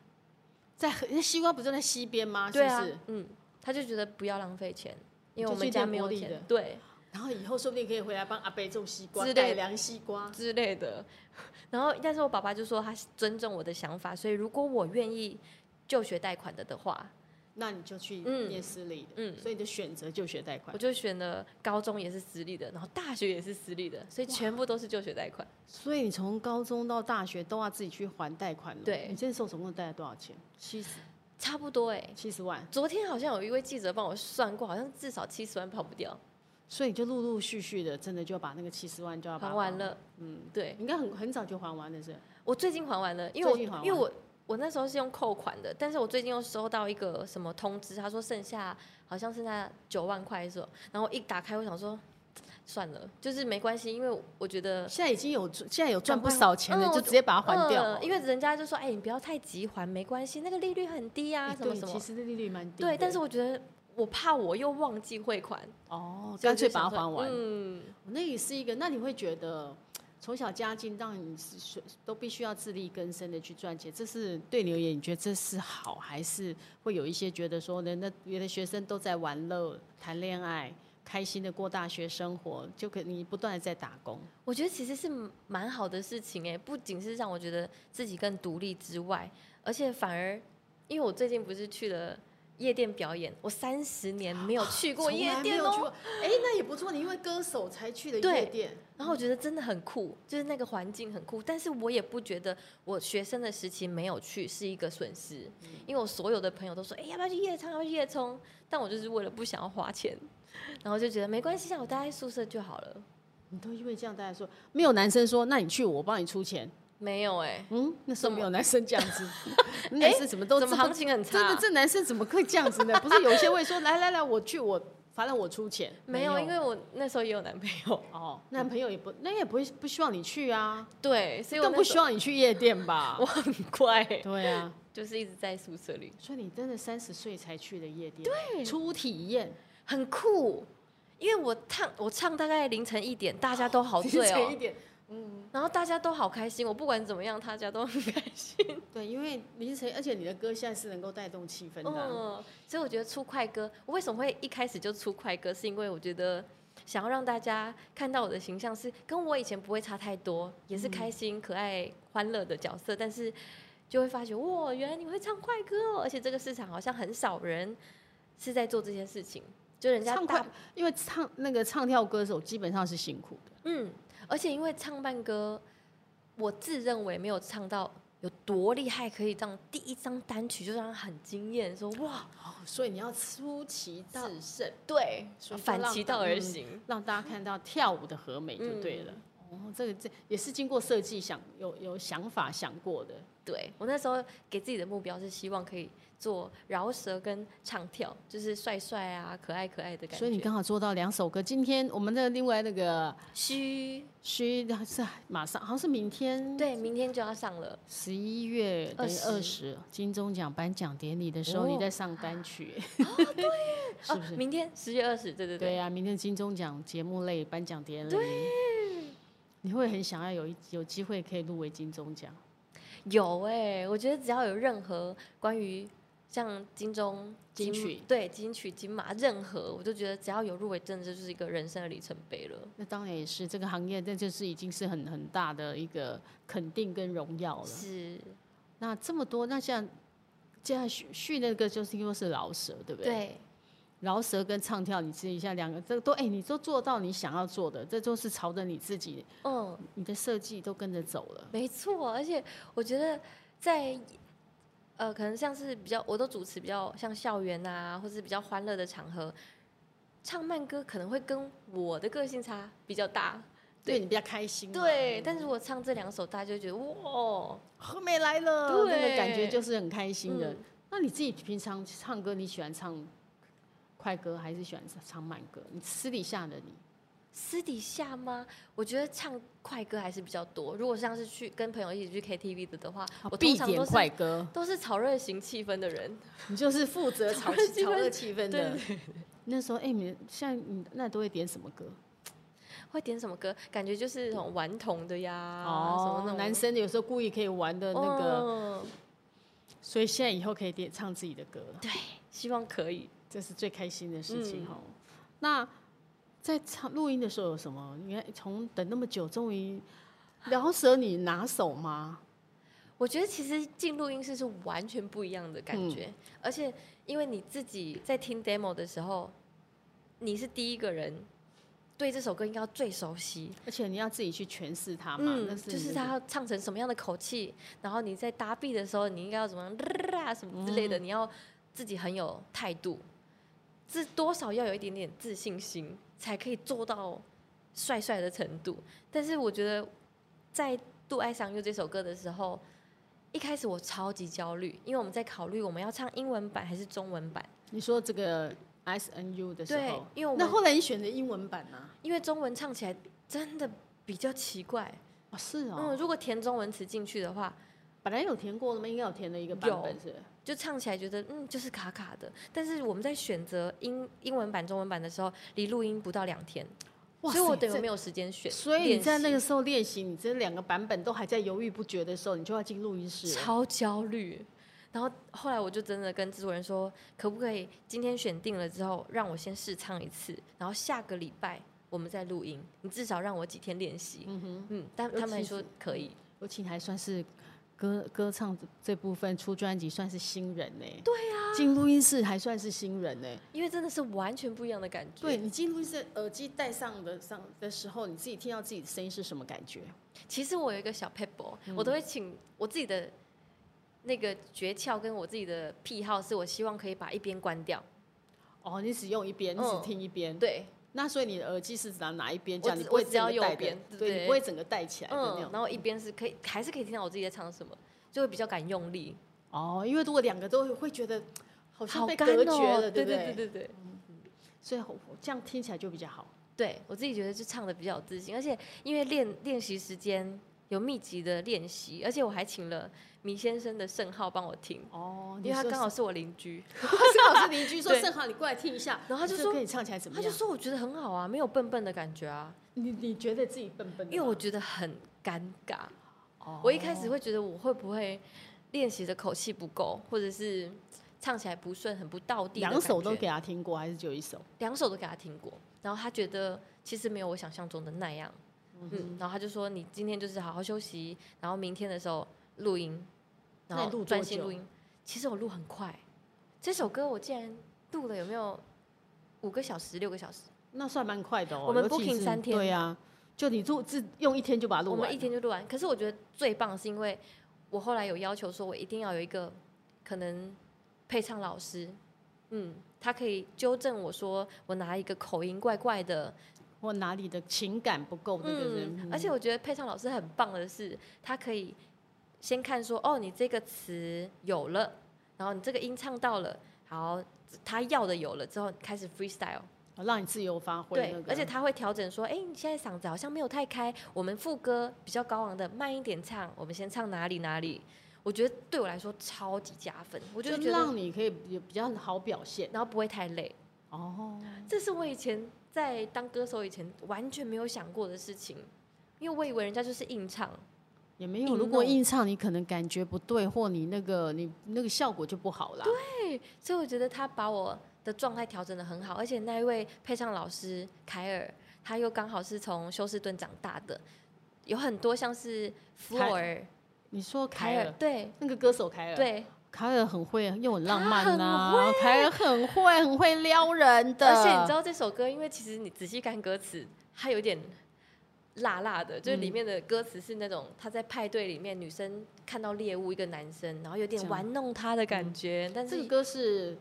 在那西瓜不就在西边吗？
对
是
啊
不是？，
嗯，他就觉得不要浪费钱，因为我
就
们
去
家
念
没
国
有
立
钱
的，
对
然后以后说不定可以回来帮阿伯种西瓜，
之类的
改良西瓜。
之类的。然后，但是我爸爸就说他尊重我的想法，所以如果我愿意就学贷款的的话，
那你就去
嗯
念私立的，
嗯
所以你的选择就学贷款
我。就选了高中也是私立的，然后大学也是私立的，所以全部都是就学贷款。
所以你从高中到大学都要自己去还贷款了。
对
你这时候总共贷了多少钱？七十
差不多哎、
七十万。
昨天好像有一位记者帮我算过，好像至少七十万跑不掉，
所以你就陆陆续续的，真的就把那个七十啊万就要把它
还完，了。嗯，对，
应该很很早就还完了是？
我最近还完了，因为我
最近还
因
完
为我我那时候是用扣款的，但是我最近又收到一个什么通知，他说剩下好像剩下九万块是吧？然后一打开，我想说算了，就是没关系，因为我觉得
现在已经有现在有赚不
赶快
少钱了，
呃嗯
就直接把它还掉、
嗯因为人家就说，哎、你不要太急还，没关系，那个利率很低啊，
哎
什么
对，
什
其
么。
实利率蛮低的。
对，但是我觉得我怕我又忘记汇款，
哦，
所以
干
我就
脆把它
想说
还完。
嗯，
那也是一个，那你会觉得从小家境让你是都必须要自力更生的去赚钱，这是对你而言，你觉得这是好，还是会有一些觉得说呢，那别的学生都在玩乐、谈恋爱，开心的过大学生活，就可你不断的在打工，
我觉得其实是蛮好的事情哎、不仅是让我觉得自己更独立之外，而且反而因为我最近不是去了夜店表演，我三十年没有去过
从来
夜
没
店
有去
哦、
过。哎、那也不错，你因为歌手才去的
对
夜店，
然后我觉得真的很酷，就是那个环境很酷，但是我也不觉得我学生的时期没有去是一个损失，
嗯
因为我所有的朋友都说，哎、要不要去夜唱，要不要去夜冲，但我就是为了不想要花钱，然后就觉得没关系，啊，我待在宿舍就好了。
你都因为这样大家说，没有男生说，那你去我帮你出钱，
没有哎、
嗯，那时候没有男生这样 子，男生怎么都
怎么
这么
行情很差？啊
真的，这男生怎么会这样子呢？不是有些会说，来来来，我去，我反正我出钱。
没有，因为我那时候也有男朋友，
哦，男朋友也不，那也不会不希望你去啊，
对，所以我
更不希
需要，
望你去夜店吧
我？很乖，
对啊，
就是一直在宿舍里，
所以你真的三十岁才去的夜店，对，初体验，
很酷。因为我唱我唱大概凌晨一点，大家都好
凌
醉
晨一
哦，
点，嗯，
然后大家都好开心，我不管怎么样，大家都很开心。
对，因为林晨，而且你的歌现在是能够带动气氛的啊、
嗯，所以我觉得出快歌，我为什么会一开始就出快歌，是因为我觉得想要让大家看到我的形象是跟我以前不会差太多，也是
嗯
开心、可爱、欢乐的角色，但是就会发觉哇，原来你会唱快歌哦，而且这个市场好像很少人是在做这些事情，就人家
唱
大
快，因为唱那个唱跳歌手基本上是辛苦的，
嗯，而且因为唱慢歌，我自认为没有唱到有多厉害，可以让第一张单曲就让人很惊艳，说哇，
哦，所以你要出奇制胜，
对
所以就
反
让
其
大
道而
嗯
行。
让大家看到跳舞的和美就对了。哦，这个这也是经过设计想有有想法想过的。
对我那时候给自己的目标是希望可以做饶舌跟唱跳，就是帅帅啊，可爱可爱的感觉。
所以你刚好做到两首歌。今天我们的另外那个
虚
虚是马上，好像是明天，，
对，明天就要上了，
十一月等于二
20
十金钟奖颁奖典礼的时候，
哦
你在上单曲， 是不
哦
是？
明天十月二十，对对
对
对，
啊，明天金钟奖节目类颁奖典礼，你会很想要有一有机会可以入围金钟奖。
有哎、我觉得只要有任何关于像金钟
金曲
对金曲金马任何，我就觉得只要有入围，真的就是一个人生的里程碑了。
那当然也是这个行业，那就是已经是很很大的一个肯定跟荣耀了。
是，
那这么多，那像这样续续那个就是因为是饶舌，对不对？
对，
饶舌跟唱跳，你自己像两个，这个都哎、你都做到你想要做的，这都是朝着你自己，
嗯，
你的设计都跟着走了。
没错，而且我觉得在呃，可能像是比较，我都主持比较像校园啊，或是比较欢乐的场合，唱慢歌可能会跟我的个性差比较大。对
对你比较开心嘛，
对，但是我唱这两首，大家就会觉得哇，
后面来了，
对
那个感觉就是很开心的。
嗯
那你自己平常唱歌，你喜欢唱快歌还是喜欢唱慢歌？你私底下的你，
私底下吗？我觉得唱快歌还是比较多。如果像是去跟朋友一起去 KTV 的的话，我
啊
通
必
常都
点
是
快歌，
都是 炒热型气氛的人。
你 就是负责炒
炒热气氛
炒热气氛
对
的。 那时候，哎、你像你那都会点什么歌？
会点什么歌？感觉就是那种顽童的呀，啊什么那种
哦男生有时候故意可以玩的那个，
嗯
所以现在以后可以点唱自己的歌了，
对，希望可以。
这是最开心的事
嗯
情哦。那在唱录音的时候有什么？你看，从等那么久，终于饶舌你拿手吗？
我觉得其实进录音室是完全不一样的感觉，而且因为你自己在听 demo 的时候，你是第一个人对这首歌应该要最熟悉，
而且你要自己去诠释它嘛，那
嗯，
是
就
你
是
的
他要唱成什么样的口气，然后你在搭 B 的时候，你应该要怎么样啦什么之类的，
嗯
你要自己很有态度，这多少要有一点点自信心，才可以做到帅帅的程度。但是我觉得在《杜爱上又》这首歌的时候，一开始我超级焦虑，因为我们在考虑我们要唱英文版还是中文版，
你说这个 S N U 的时
对
候，，
因为我
那
们
后来你选择英文版呢、
因为中文唱起来真的比较奇怪，
哦，是哦，
嗯，如果填中文词进去的话。
本来有填过的吗？应该有填了一个版本是不是
就唱起来觉得嗯就是卡卡的，但是我们在选择英英文版、中文版的时候，离录音不到两天，
哇
所
塞
以我等于
这
没有时间选。
所以你在那
练
个时候练习，你这两个版本都还在犹豫不决的时候，你就要进录音
习
室了。
超焦虑，然后后来我就真的跟制作人说，可不可以今天选定了之后，让我先试唱一次，然后下个礼拜我们再录音，你至少让我几天练习。嗯哼，嗯，但他们还说可以。
尤其还算是歌歌唱这部分出专辑算是新人呢、对啊，进录音室还算是新人呢、
因为真的是完全不一样的感觉。
对，你进录音室，耳机戴上的上的时候，你自己听到自己的声音是什么感觉？
其实我有一个小 pebble，、我都会请我自己的那个诀窍跟我自己的癖好，是我希望可以把一边关掉。
哦，你只用一边，你只
嗯
听一边。
对，
那所以你的耳机是拿哪一边？
我
这样
只
你不会
我只要
整个戴
右边
的
对不
对，
对
你不会整个戴起来的那
嗯，
种。
然后一边是可以，还是可以听到我自己在唱什么，就会比较敢用力。
哦，因为如果两个都有会觉得好像
好
被
干
隔绝
哦！
了，
对
不
对对对对，
所以这样听起来就比较好。
对我自己觉得就唱的比较有自信，而且因为练练习时间有密集的练习，而且我还请了米先生的圣号帮我听，
哦，
因为他刚
好
好是我邻居，
是老师邻居说
对
正好你过来听一下，
然后他就
这
说
跟你唱起来怎么
他就
样？
说我觉得很好啊，没有笨笨的感觉啊，
你你觉得自己笨笨的吧？
因为我觉得很尴尬，
哦
我一开始会觉得我会不会练习的口气不够，或者是唱起来不顺，很不到地的感觉，
两首都给他听过，还是只有一首？
两首都给他听过，然后他觉得其实没有我想象中的那样，嗯，然后他就说你今天就是好好休息，然后明天的时候录音，
那
然
你
后
录多
专心
久
录音。其实我录很快，这首歌我竟然录了有没有五个小时、六个小时？
那算蛮快的哦。
我们
尤其
booking
是
三天
对啊，就你录自用一天就把啊它录
我
完了。
们一天就录完。可是我觉得最棒是因为我后来有要求说，我一定要有一个可能配唱老师，嗯，他可以纠正我说我拿一个口音怪怪的，嗯
或哪里的情感不够，这个人，嗯
而且我觉得配唱老师很棒的是，他可以先看说，哦，你这个词有了，然后你这个音唱到了，好，他要的有了之后开始 freestyle，
哦让你自由发挥
对
那，个。
而且他会调整说，哎，你现在嗓子好像没有太开，我们副歌比较高昂的慢一点唱，我们先唱哪里哪里。我觉得对我来说超级加分，我就
就
觉得，
让你可以比比较好表现
然后不会太累，
哦。
这是我以前在当歌手以前完全没有想过的事情，因为我以为人家就是硬唱，
也没有，
硬
如果
弄
硬唱，你可能感觉不对，或你那个你那个效果就不好啦。对，
所以我觉得他把我的状态调整的很好，而且那一位配唱老师凯尔，他又刚好是从休斯顿长大的，有很多像是福
凯
尔、
你说凯
凯尔
尔，
对
那个歌手凯尔，，
对，
凯尔很会，又很浪漫
他很
呐、凯尔很会，很会撩人的。
而且你知，道这首歌，因为其实你仔细看歌词，它有点辣辣的，就是里面的歌词是那种他在派对里面女生看到猎物一个男生，然后有
这
点
样
玩弄他的感觉，但
这
是
个歌是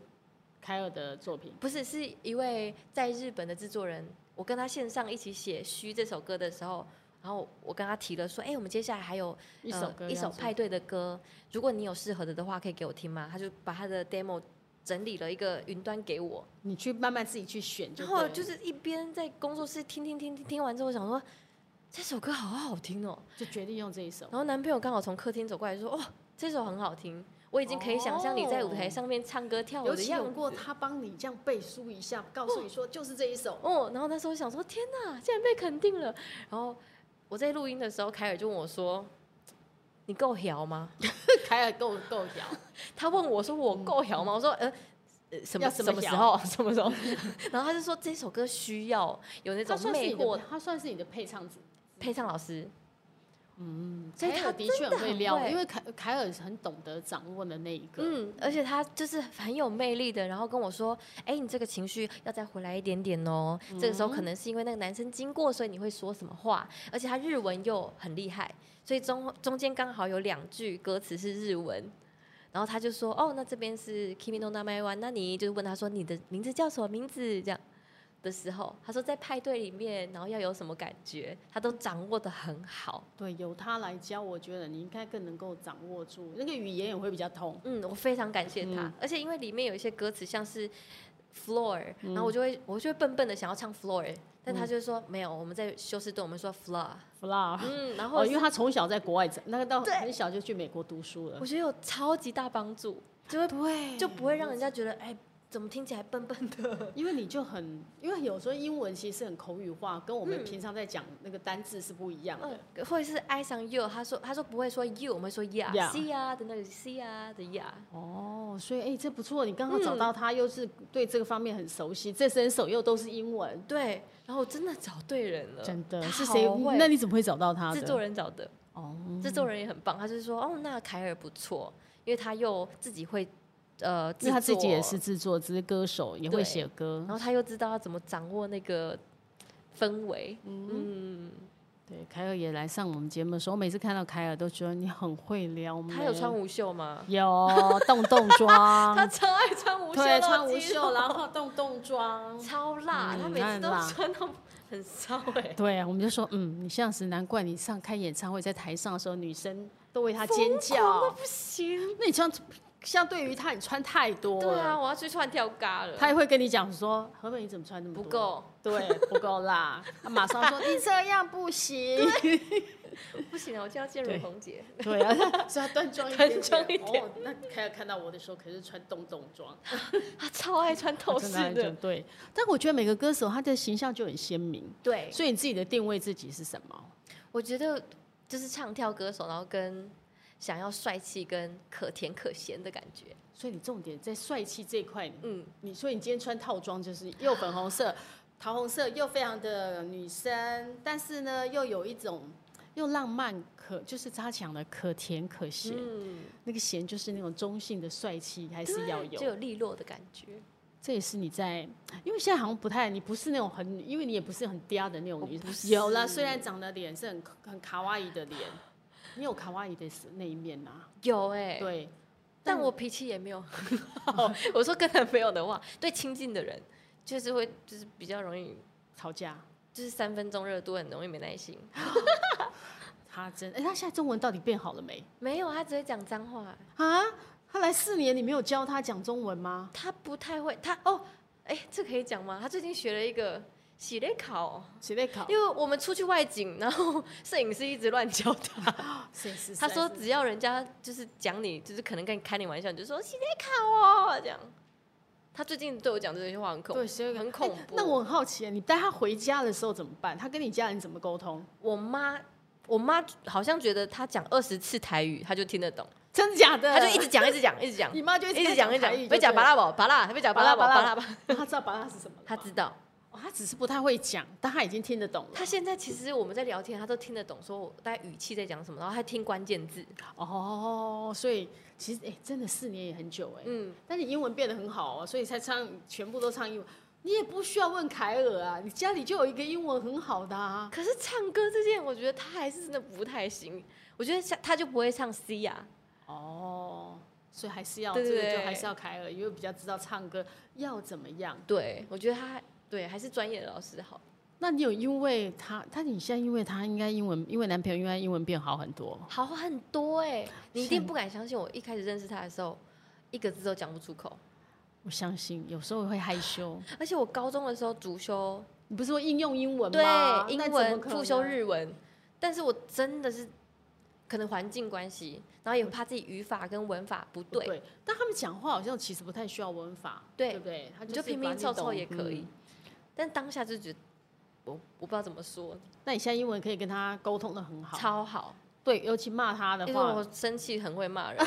凯尔的作品。
不是，是一位在日本的制作人，我跟他线上一起写《虚》这首歌的时候，然后我跟他提了说，哎、我们接下来还有
一
呃
首歌、
一首派，对的歌，如果你有适合的的话，可以给我听吗？他就把他的 demo 整理了一个云端给我，
你去慢慢自己去选就
然
对了。
后就是一边在工作室听听听听听完之后，我想说这首歌好好听哦，
就决定用这一首
然。后男朋友刚好从客厅走过来说，哦，这首很好听。我已经可以想象你在舞台上面唱歌跳舞
尤
的
其
样
哦有
子。
过他帮你这样背书一下，告诉你说就是这一 首。
哦，然后那时候想说，天哪，竟然被肯定了。然后我在录音的时候，凯尔就问我说：“你够摇吗
凯尔够够摇，？”
他问我说：“我够摇吗？”我说：“呃。”呃什么
要什么
什么时
摇
候？ 什么时候？然后他就说这首歌需要有那
他
种
算是
魅
你
惑
的，他算是你的配唱者。
配唱老师，嗯，所以
凯
他
尔的确很会撩，
真的很会
因为凯凯尔是很懂得掌握的那一个。
嗯，而且他就是很有魅力的，然后跟我说：“哎、你这个情绪要再回来一点点哦。这个时候可能是因为那个男生经过，所以你会说什么话，而且他日文又很厉害，所以中中间刚好有两句歌词是日文。然后他就说：“哦，那这边是 Kimi no n a m a wa，那你就是问他说你的名字叫什么名字？”这样的时候，他说在派对里面，然后要有什么感觉，他都掌握的很好。
对，由他来教，我觉得你应该更能够掌握住那个语言，也会比较通。
嗯，我非常感谢他，
嗯
而且因为里面有一些歌词像是 floor，、然
嗯
后我就会我就会笨笨的想要唱 floor，但他就说、没有，我们在休斯顿我们说 floor，
Fla，
嗯，然后
哦，因为
是
他从小在国外长，那个到
对
很小就去美国读书了
我。觉得有超级大帮助，就会
对
就不会让人家觉得哎。怎么听起来笨笨 的？
因为你就很，因为有时候英文其实很口语化，跟我们
嗯
平常在讲那个单字是不一样的。
嗯，或者是爱上 you，他说他说不会说 you，我们会说
Yeah
yeah，see 啊的那个 see 啊的 yeah，
哦，所以哎、这不错，你刚好找
嗯
到他，又是对这个方面很熟悉，这身手又都是英文，
对，然后我真的找对人了，
真的
他
是谁
好会？
那你怎么会找到他的？
制作人找的，
哦，
制作人也很棒，他就是说，哦，那凯尔不错，因为他又自己会，呃，
因为他自己也是
制作，
制作，只是歌手，也会
对
写歌
然。后他又知道要怎么掌握那个氛围，嗯，
对，凯尔也来上我们节目的时候，我每次看到凯尔都觉得你很会撩妹。
他有穿无袖吗？
有洞 洞装，
他超爱穿无袖，
对，
让
穿
我
无
激
袖，
动
然后洞洞装。
超辣，
嗯
他每
他
次
很
都
辣
穿到很 骚哎，
对，我们就说，嗯，你像是难怪你上开演唱会，在台上的时候，女生都为他尖
那
叫。
哦不行，
那你穿，相对于他，你穿太多
对啊，
了，
我要去穿跳嘎了，
他也会跟你讲说，何美你怎么穿那么
不
多？
够，
对，不够辣。他马上说你这样不行。
不行啊，我就要见
对
阮红姐。
对啊， 所以他端庄一点点，
端庄一点
哦，那看看到我的时候，可是穿洞洞 装，
她超爱穿透 视
真
的，
对。哦但我觉得每个歌手他的形象就很鲜明，
对，
所以你自己的定位自己是什么？
我觉得就是唱跳歌手，然后跟想要帅气跟可甜可咸的感觉。
所以你重点在帅气这一块，
嗯，
你说你今天穿套装就是又粉红色、 桃红色，又非常的女生，但是呢又有一种又浪漫可，就是他讲的可甜可咸，
嗯，
那个咸就是那种中性的帅气还是要有
就。有利落的感觉。
这也是你在，因为现在好像不太，你不是那种很，因为你也不是很嗲的那种
我
女
不
生。
是
有啦，虽然长得脸是很很卡哇伊的脸，你有卡哇伊的那一面呐、
有哎、
对，
但我脾气也没有很 好。我说跟男朋友的话，对亲近的人，就是会就是比较容易，
吵架，
就是三分钟热度，很容易没耐心。
他真，哎，他现在中文到底变好了没
没有，他只会讲脏话，
啊？他来四年，你没有教他讲中文吗？
他不太会。他哦，哎、这可以讲吗？他最近学了一个洗内考，哦
谁在考？
因为我们出去外景，然后 摄影师一直乱教他。
谁是
他说只要人家就是讲你，就是可能跟你开你玩笑，你就说洗内考哦这样。他最近对我讲这句话很恐怖
对，谁
很恐怖。
哎那我很好奇，你带他回家的时候怎么办？他跟你家人怎么沟 通？
我妈，我妈好像觉得她讲二十次台语，她就听得懂，
真的假的？
她就一 直讲，一直讲，一直讲，
你妈就
一直讲，一直讲，
被
被讲巴
拉，
拉宝，巴拉，被讲巴拉宝，巴拉巴拉，
他知道巴拉是什么了吗？
她知道。
哦，他只是不太会讲，但他已经听得懂了。
她现在其实我们在聊天，她都听得懂，说我大概语气在讲什么，然后还听关键字。
哦，所以其实哎、真的四年也很久哎、
嗯，
但是英文变得很好哦，所以才唱全部都唱英文。你也不需要问凯尔啊，你家里就有一个英文很好的啊。
可是唱歌这件，我觉得她还是真的不太行。我觉得像她就不会唱 C 呀、
哦，所以还是要
对
这个
对
就还是要凯尔，因为比较知道唱歌要怎么样。
对，我觉得她对还是专业的老师好。
那你有因为他，他你现在因为他应该英文，因为男朋友应该英文变好很多。
好很多哎、你一
是
定不敢相信，我一开始认识她的时候，一个字都讲不出口。
我相信有时候会害羞。
而且我高中的时候主修
你不是说应用英文
对
吗？
英
那怎么
文
可
复修
能
日文，但是我真的是可能环境关系，然后也怕自己语法跟文法不对，
对，但他们讲话好像其实不太需要文法，
对
不对？他
你就是拼
把
拼凑凑
懂
也可以。
嗯
但当下就觉得我我不知道怎么说，
那你现在英文可以跟他沟通的很好，
超好，
对，尤其骂他的
因为
话
我，生气很会骂 人，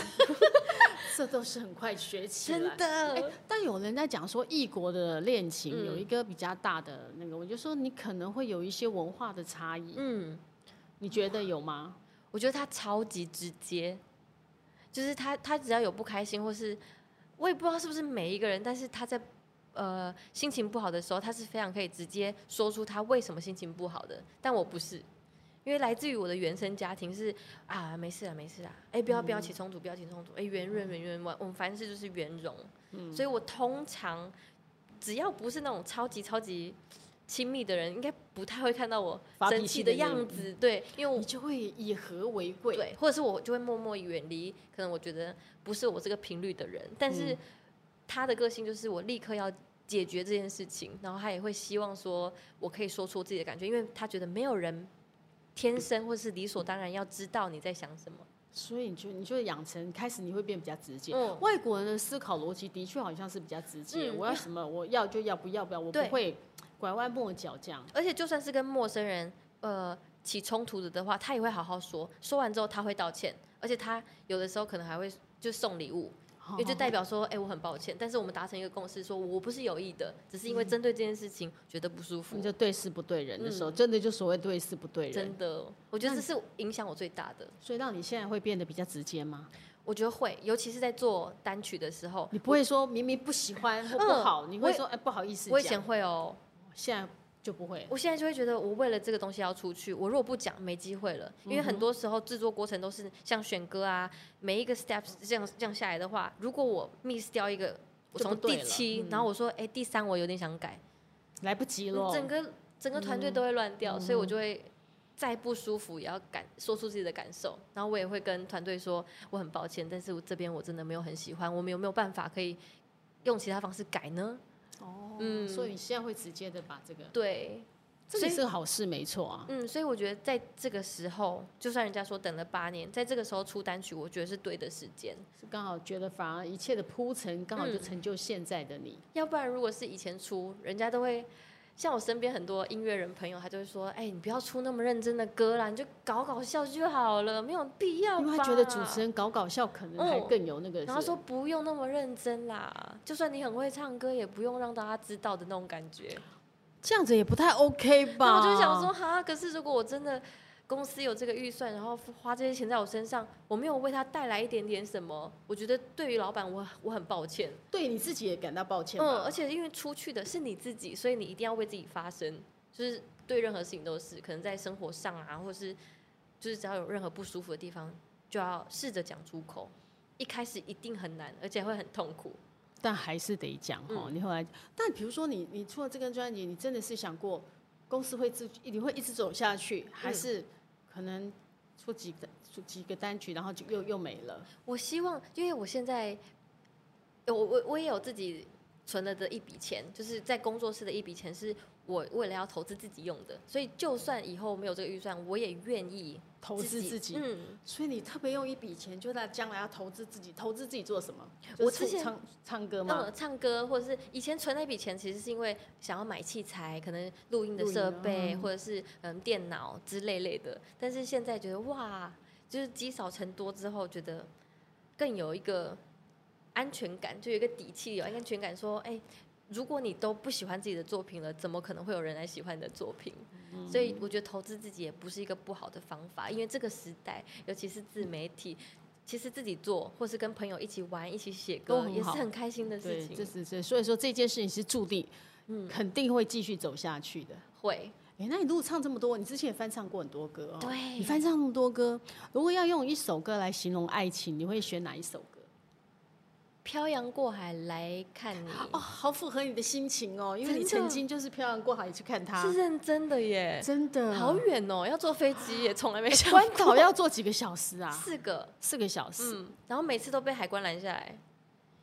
这都是很快学起来。
啊真
哎
的。
但有人在讲说，异国的恋情
呃嗯
有一个比较大的那个，我就说你可能会有一些文化的差异，
嗯，
你觉得有吗？
我觉得他超级直接，就是他他只要有不开心或是我也不知道是不是每一个人，但是他在呃心情不好的时候，他是非常可以直接说出他为什么心情不好的。但我不是，因为来自于我的原生家庭是啊，没事啊，没事啊，哎、不要不要
嗯
起冲突，不要起冲突，哎、圆润圆润，我我们凡事就是圆融，
嗯
所以我通常只要不是那种超级超级。亲密的人应该不太会看到我
发脾
生
气
气
的
的
那种
样子，对，因为我
你就会以和为贵，
对，或者是我就会默默远离，可能我觉得不是我这个频率的人，但是
嗯
他的个性就是我立刻要解决这件事情，然后他也会希望说我可以说出自己的感觉，因为他觉得没有人天生或是理所当然要知道你在想什么。
所以你就你就养成开始你会变比较直接。
嗯
外国人的思考逻辑的确好像是比较直接，
嗯
我要什么我要就要，不要不要，我不
对
会拐弯抹角这样。
而且就算是跟陌生人呃起冲突的的话，他也会好好说，说完之后他会道歉，而且他有的时候可能还会就送礼物，
哦
因为就代表说，哎、我很抱歉，但是我们达成一个共识，说我不是有意的，只是因为针对这件事情觉得不舒
嗯
服。
你就对事不对人的时候，真的就所谓对事不对人，
嗯真的，我觉得这是影响我最大的。
所以让你现在会变得比较直接吗？
我觉得会，尤其是在做单曲的时候，
你不会说明明不喜欢或不好，你会说哎不好意思
嗯我以前
讲，
会哦，
现在就不会。
我现在就会觉得，我为了这个东西要出去，我如果不讲，没机会了。
嗯
因为很多时候制作过程都是像选歌啊，每一个 steps 这样这样下来的话，如果我 miss 掉一个，我
就不
从
对
第
了
七
嗯，
然后我说，哎、第三我有点想改，
来不及了，
整个整个团
嗯
队都会乱掉，所以我就会再不舒服也要感说出自己的感受，然后我也会跟团队说我很抱歉，但是我这边我真的没有很喜欢，我们有没有办法可以用其他方式改呢？
哦，
嗯
所以你现在会直接的把这个
对，
这
所
也
以
是个好事，没错啊。
嗯，所以我觉得在这个时候，就算人家说等了八年，在这个时候出单曲，我觉得是对的时间。
是刚好觉得反而一切的铺陈刚好
嗯
就成就现在的你。
要不然如果是以前出，人家都会像我身边很多音乐人朋友，他就会说：“哎、你不要出那么认真的歌啦，你就搞搞笑就好了，没有必要吧。”
因为他觉得主持人搞搞笑可能还
嗯
更有那个。
然后说不用那么认真啦，就算你很会唱歌，也不用让大家知道的那种感觉。
这样子也不太 OK 吧？
那我就想说，哈，可是如果我真的公司有这个预算，然后花这些钱在我身上，我没有为他带来一点点什么，我觉得对于老板我我很抱歉。
对你自己也感到抱歉
嗯，
吧。
而且因为出去的是你自己，所以你一定要为自己发声，就是对任何事情都是，可能在生活上啊，或是就是只要有任何不舒服的地方，就要试着讲出口。一开始一定很难，而且会很痛苦。
但还是得讲哈。
嗯
你后来，但比如说你你出了这张专辑，你真的是想过公司会自你会一直走下去，
嗯
还是可能出几个出几个单曲，然后就又又没了？
我希望，因为我现在，呃我我我也有自己存了的一笔钱，就是在工作室的一笔钱，是我为了要投资自己用的，所以就算以后没有这个预算，我也愿意
投资自己，
嗯，
所以你特别用一笔钱，就在将来要投资自己，投资自己做什么？
我
就是
之前
唱唱歌
那
吗
我？呃唱歌或者是以前存那笔钱，其实是因为想要买器材，可能录音的
录音
设
啊
备或者是嗯电脑之类类的，但是现在觉得哇，就是积少成多之后，觉得更有一个安全感，就有一个底气，有安全感说，哎、如果你都不喜欢自己的作品了，怎么可能会有人来喜欢你的作品？
嗯
所以我觉得投资自己也不是一个不好的方法，因为这个时代，尤其是自媒体，其实自己做或是跟朋友一起玩、一起写
都
歌，
很
也是
好
很开心的事
对，
情。
这是这，所以说这件事情是注定，
嗯
肯定会继续走下去的。
会，
哎、那你如果唱这么多，你之前也翻唱过很多歌哦。
对
你翻唱那么多歌，如果要用一首歌来形容爱情，你会选哪一首歌？
漂洋过海来看你，
哦，好符合你的心情哦，因为你
真的
曾经就是漂洋过海去看他
是，认真的耶，
真的。
好远哦，要坐飞机也从来没
诶
想过。
关岛要坐几个小时啊？
四个，
四个小时。
嗯，然后每次都被海关拦下来，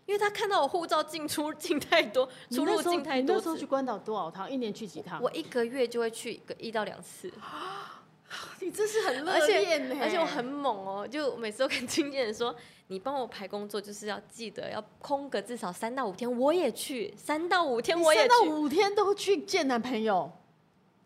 因为他看到我护照进出境太多，
你
出
那
入
时候
境太
你
多
那时候去
次。
关岛多少趟？一年去几趟？
我一个月就会去一个一到两次，
你真是很
而且
呢
而且我很猛哦，就每次都跟经纪人说，你帮我排工作，就是要记得要空个至少三到五天，我也去，三到五天
你
我也
三
去，
到五天都去见男朋友。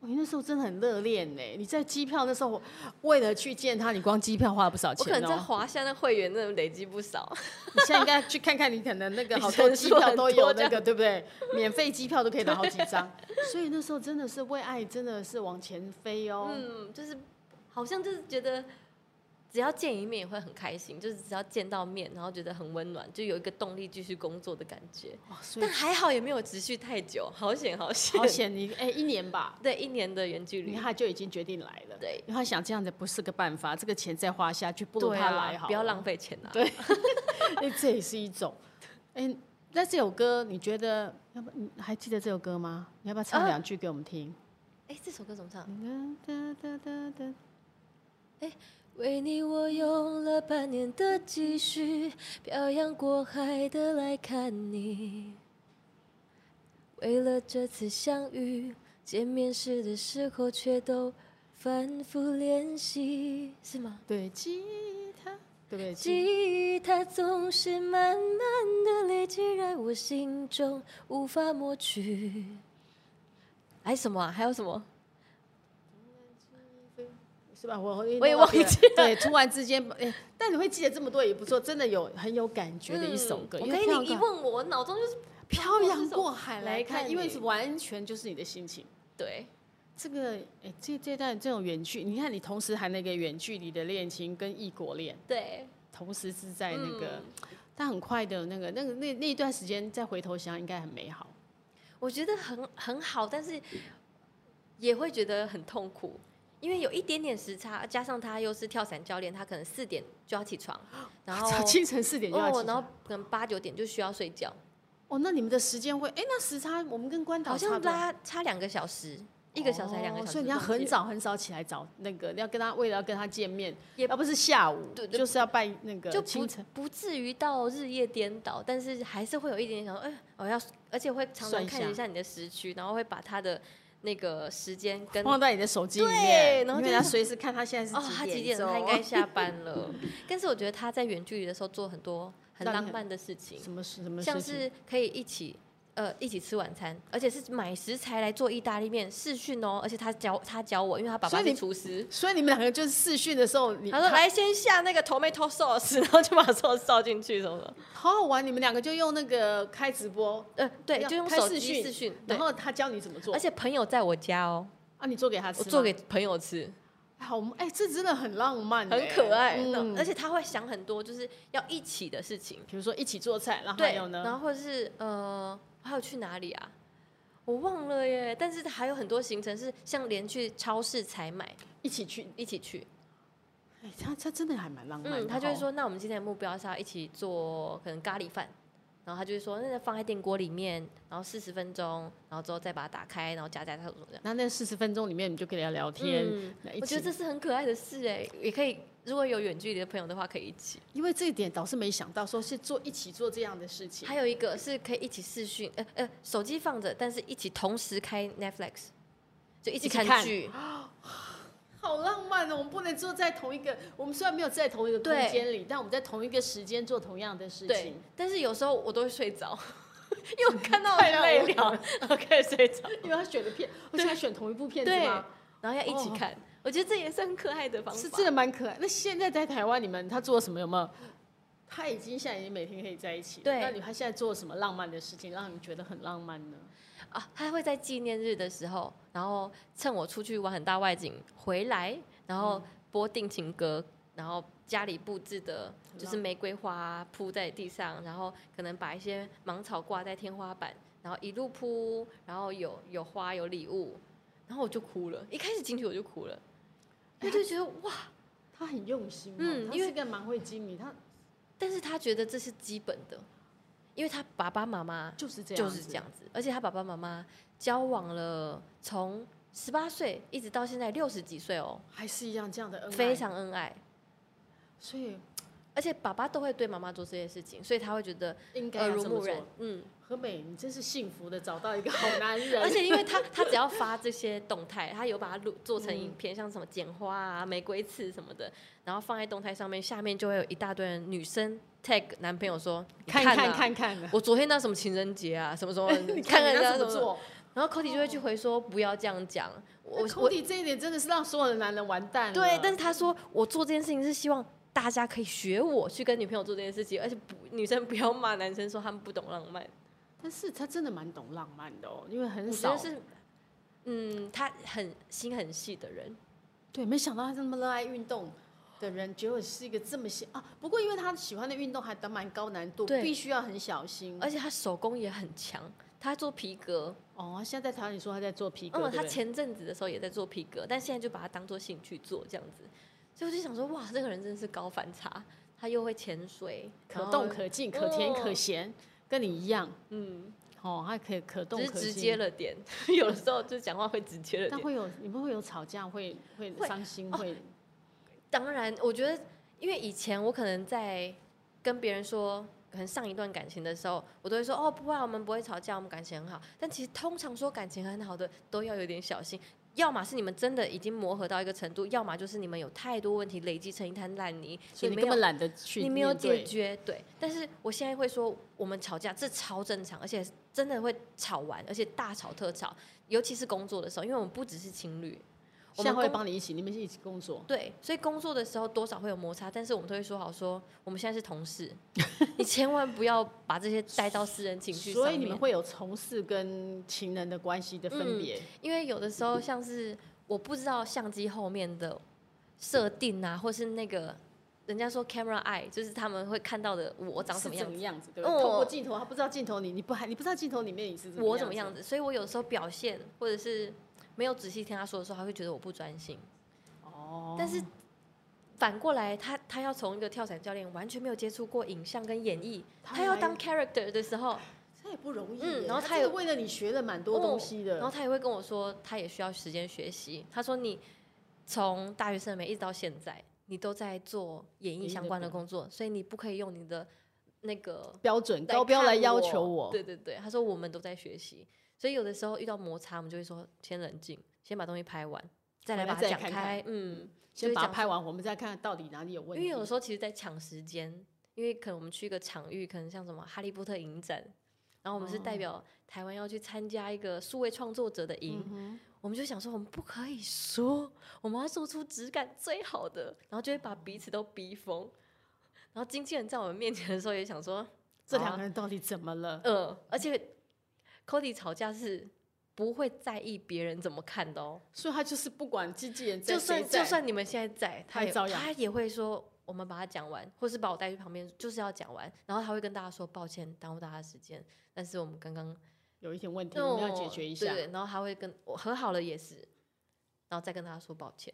我那时候真的很热恋呢。你在机票那时候，为了去见他，你光机票花了不少
我可
钱
能在
哦。
华夏那会员那累积不少。
你现在应该去看看，你可能 那个好多
人
机
数
票
很
都
多
有
这
那
样
个，对不对？免费机票都可以拿好几 张。所以那时候真的是为爱，真的是往前飞哦。
嗯，就是好像就是觉得只要见一面也会很开心，就是只要见到面，然后觉得很温暖，就有一个动力继续工作的感觉。
哇所以
但还好也没有持续太久，好险好险！
好险你哎，一年吧，
对，一年的远距
你
离
看，他就已经决定来了。
对啊
因为他想这样子不是个办法，这个钱再花下去，不如
对
他
啊
来好了。
不要浪费钱啊！
对，哎， 这也是一种。哎、那这首歌你觉得，要不你还记得这首歌吗？你要不要唱
啊
两句给我们听？
哎，这首歌怎么唱？
哒哒哒哒
为你我用了半年的积蓄，漂洋过海的来看你。为了这次相遇，见面时的时候却都反复练习，是吗？
对，吉他，对不对？
吉他总是慢慢的累积在我心中，无法抹去。哎，什么啊？还有什么？
是吧？我
我也
弄到
忘
别人
记了
对，突然之间，哎、但你会记得这么多也不错，真的有很有感觉的一首歌。因
嗯我
为
跟
漂
你一
洋
问我，我脑中就是
漂洋过海
来
来看，
看
因为
你
是完全就是你的心情。
对，
这个，哎、这这段这种远距，你看你同时还那个远距离的恋情跟异国恋，
对，
同时是在那个，
嗯
但很快的那个那个那那一段时间再回头想，应该很美好。
我觉得很很好，但是也会觉得很痛苦，因为有一点点时差，加上他又是跳伞教练，他可能四点就要起床，
哦
然后
清晨四点就要起
哦，然后
床。
可能八九点就需要睡觉，
哦，那你们的时间会，哎、那时差我们跟关岛
好
差
像
多
拉差两个小时，一个小时还两个小
哦
时，
所以你要
忘记
很
了。
早很早起来找那个，要跟他为了要跟他见面，
也
要不是下午，
对对
就是要拜那个
就
清
不
晨。
不至于到日夜颠倒，但是还是会有一点点想说，哎、我要，而且会常
算
常
一
看
下
一下你的时区，然后会把他的那个时间跟
放在你的手机里
对
面，
然后
因
就
为他
是
随时看他现在
哦
是，
他几
点
点？
钟，
他应 该下班了。但是我觉得他在远距离的时候做很多很
让你
浪
很
漫的事情，
什么事什么事
像
情
是可以一起呃一起吃晚餐，而且是买食材来做意大利面，试训哦。而且他教他教我，因为他爸
所
爸
以你
是厨师。
所以你们两个就是试训的时候，你
他说：“哎来，先下那个 tomato sauce，然后就把 sauce 倒进去，什么的。
好好玩，你们两个就用那个开直播，
呃，对，
要
就用
开
手
视
机
讯
视讯，对
然。后他教你怎么做，
而且朋友在我家哦，
啊，你做给他吃
我
吗，
做给朋友吃，
哎好哎，这真的很浪漫欸，
很可爱。那而
且
且他会想很多，就是要一起的事情。
比如说一起做菜，然后还
对，
有呢，
然后或者是呃，还有去哪里啊？我忘了耶。但是还有很多行程是像连去超市采买
一起去，
一起去。
哎，他他真的还蛮浪漫的
嗯，
哦，
他就会说，那我们今天的目标是要一起做可能咖喱饭。然后他就会说，那就放在电锅里面，然后四十分钟，然后之后再把它打开，然后夹夹它，这样。
那那四十分钟里面，你就跟他聊天，
嗯
那一
我
起
觉得这是很可爱的事哎，也可以，如果有远距离的朋友的话，可以一起。
因为这一点倒是没想到，说是做一起做这样的事情，
还有一个是可以一起视讯，呃呃，手机放着，但是一起同时开 Netflix，就一
一起
起看
看
剧。
好浪漫哦！我们不能坐在同一个，我们虽然没有在同一个空
对
间里，但我们在同一个时间做同样的事
对
情。，
但是有时候我都会睡着， 因为我看 到
太
很
让
累
我
了， 然后开始睡着。
因为他选的片，而且他选同一部片子
对
吗？，
然后要一起
哦
看，我觉得这也是很可爱的方法。
是真的蛮可爱。那现在在台湾，你们他做什么有没有？他已经现在已经每天可以在一起了，
对
那你他现在做什么浪漫的事情，让你觉得很浪漫呢？
啊，他会在纪念日的时候，然后趁我出去玩很大外景回来，然后播定情歌，然后家里布置的就是
浪
玫瑰花啊铺在地上，然后可能把一些芒草挂在天花板，然后一路铺，然后有有花有礼物，然后我就哭了，一开始进去我就哭了，我就觉得哇，
他很用心、哦，
嗯
他
因为
是个蛮会经营，他
但是他觉得这是基本的，因为他爸爸妈妈
就是这样，
就是这样。子。而且他爸爸妈妈交往了，从十八岁一直到现在六十几岁哦，
还是一样这样的恩爱，
非。常恩爱。
所以
而且爸爸都会对妈妈做这些事情，所以他会觉得呃
应该
耳
要
濡
这么
目染
做。。
嗯，
何美，你真是幸福的找到一个好男人，
而且 因为他他只要发这些动态，他有把它录做成影
嗯
片，像什么剪花啊、玫瑰刺什么的，然后放在动态上面，下面就会有一大堆人女生 tag 男朋友说：“你
看
看
看
啊
看 看啊，
我昨天那什么情人节啊，什么什么
，你
看
看
看
人家
什
怎么
么。”
做。
然后 Cody 就会去回说：“不要这样讲，我
我
我
我弟这一点真的是让所有的男人完蛋了。
对，但是他说我做这件事情是希望大家可以学我去跟女朋友做这件事情，而且不女生不要骂男生说他们不懂浪漫，
但是他真的蛮懂浪漫的哦，因为很
我觉
少
得是，嗯，他很心很细的人，
对，没想到他这么热爱运动的人，结果是一个这么细啊。不过因为他喜欢的运动还都蛮高难度，
对
必须要很小心。
而且嗯他手工也很强，嗯他做皮革，
哦，现在在台湾你说他在做皮革，对
嗯，他
不对？
前阵子的时候也在做皮革，但现在就把它当做兴趣做这样子，所以我就想说，哇，这个人真是高反差，他又会潜水，
可
然后
动可静，可甜可咸，跟你一样
嗯，
哦，他可以可动
只
可
是
静。
直接了 点，有的时候就讲话会直接了
但
点。
会有你们会有吵架，会会
会
伤心，
哦
会
当然，我觉得，因为以前我可能在跟别人说，可能上一段感情的时候，我都会说哦，不会啊，我们不会吵架，我们感情很好。但其实通常说感情很好的，都要有点小心。要么是你们真的已经磨合到一个程度，要么就是你们有太多问题累积成一滩烂泥，
所以你
没
根本
有
懒得去
你没有
面对
解决。对，但是我现在会说，我们吵架这超正常，而且真的会吵完，而且大吵特吵，尤其是工作的时候，因为我们不只是情侣，我
现在
们
会
工
帮你一起，你们一起工作。
对，所以工作的时候多少会有摩擦，但是我们都会说好说，我们现在是 同事，你千万不要把这些带到私人情绪上
所以你们
面
会有从事跟情人的关系的分
嗯
别，
因为有的时候像是我不知道相机后面的设定啊，或是那个人家说 camera eye，就是他们会看到的我长
是
什么
怎
样
么
子，
样子？对，
嗯
透过
我
镜头，他不知道镜头里，你不还你不知道镜头里面你是怎么
我怎么
样
样
子？
子，所以我有时候表现或者是没有仔细听他说的时候，他会觉得我不专心。
哦，
但是反过来，他他要从一个跳伞教练完全没有接触过影像跟演绎，
他
他要
来
当 character 的时候，
这也不容易耶。
嗯然后
他
他
真的
有
为了你学了蛮多东西的，
然后他也会跟我说，他也需要时间学习。他说你从大学生没一直到现在，你都在做演艺相关的工作，所以你不可以用你的那个
标准
来
高标
看
来要
我
求我。
对对对，他说我们都在学习，所以有的时候遇到摩擦，我们就会说先冷静，先把东西拍完，再来
回来
把它
再
讲
看看
开。嗯，
先
就
把它
讲
拍完，我们再看到底哪里有问
因
题。
为有的时候其实，在抢时间，因为可能我们去一个场域，可能像什么哈利波特影展，然后我们是
哦
代表台湾要去参加一个数位创作
嗯
者的营，我们就想说我们不可以说，我们要做出质感最好的，然后就会把彼此都逼疯。然后经纪人在我们面前的时候也想说，
这
好啊
两个人到底怎么了？
嗯，而且 Cody 吵架是不会在意别人怎么看的哦，
所以他就是不管经纪人在
就
谁
算
在
就算你们现在在，
他
他
也
也
照样
他也会说我们把它讲完，或是把我带去旁边，就是要讲完，然后他会跟大家说抱歉，耽误大家时间，但是我们刚刚
有一点问题，我们要解决一下。
哦对，然后他会跟我和好了也是，然后再跟大家说抱歉。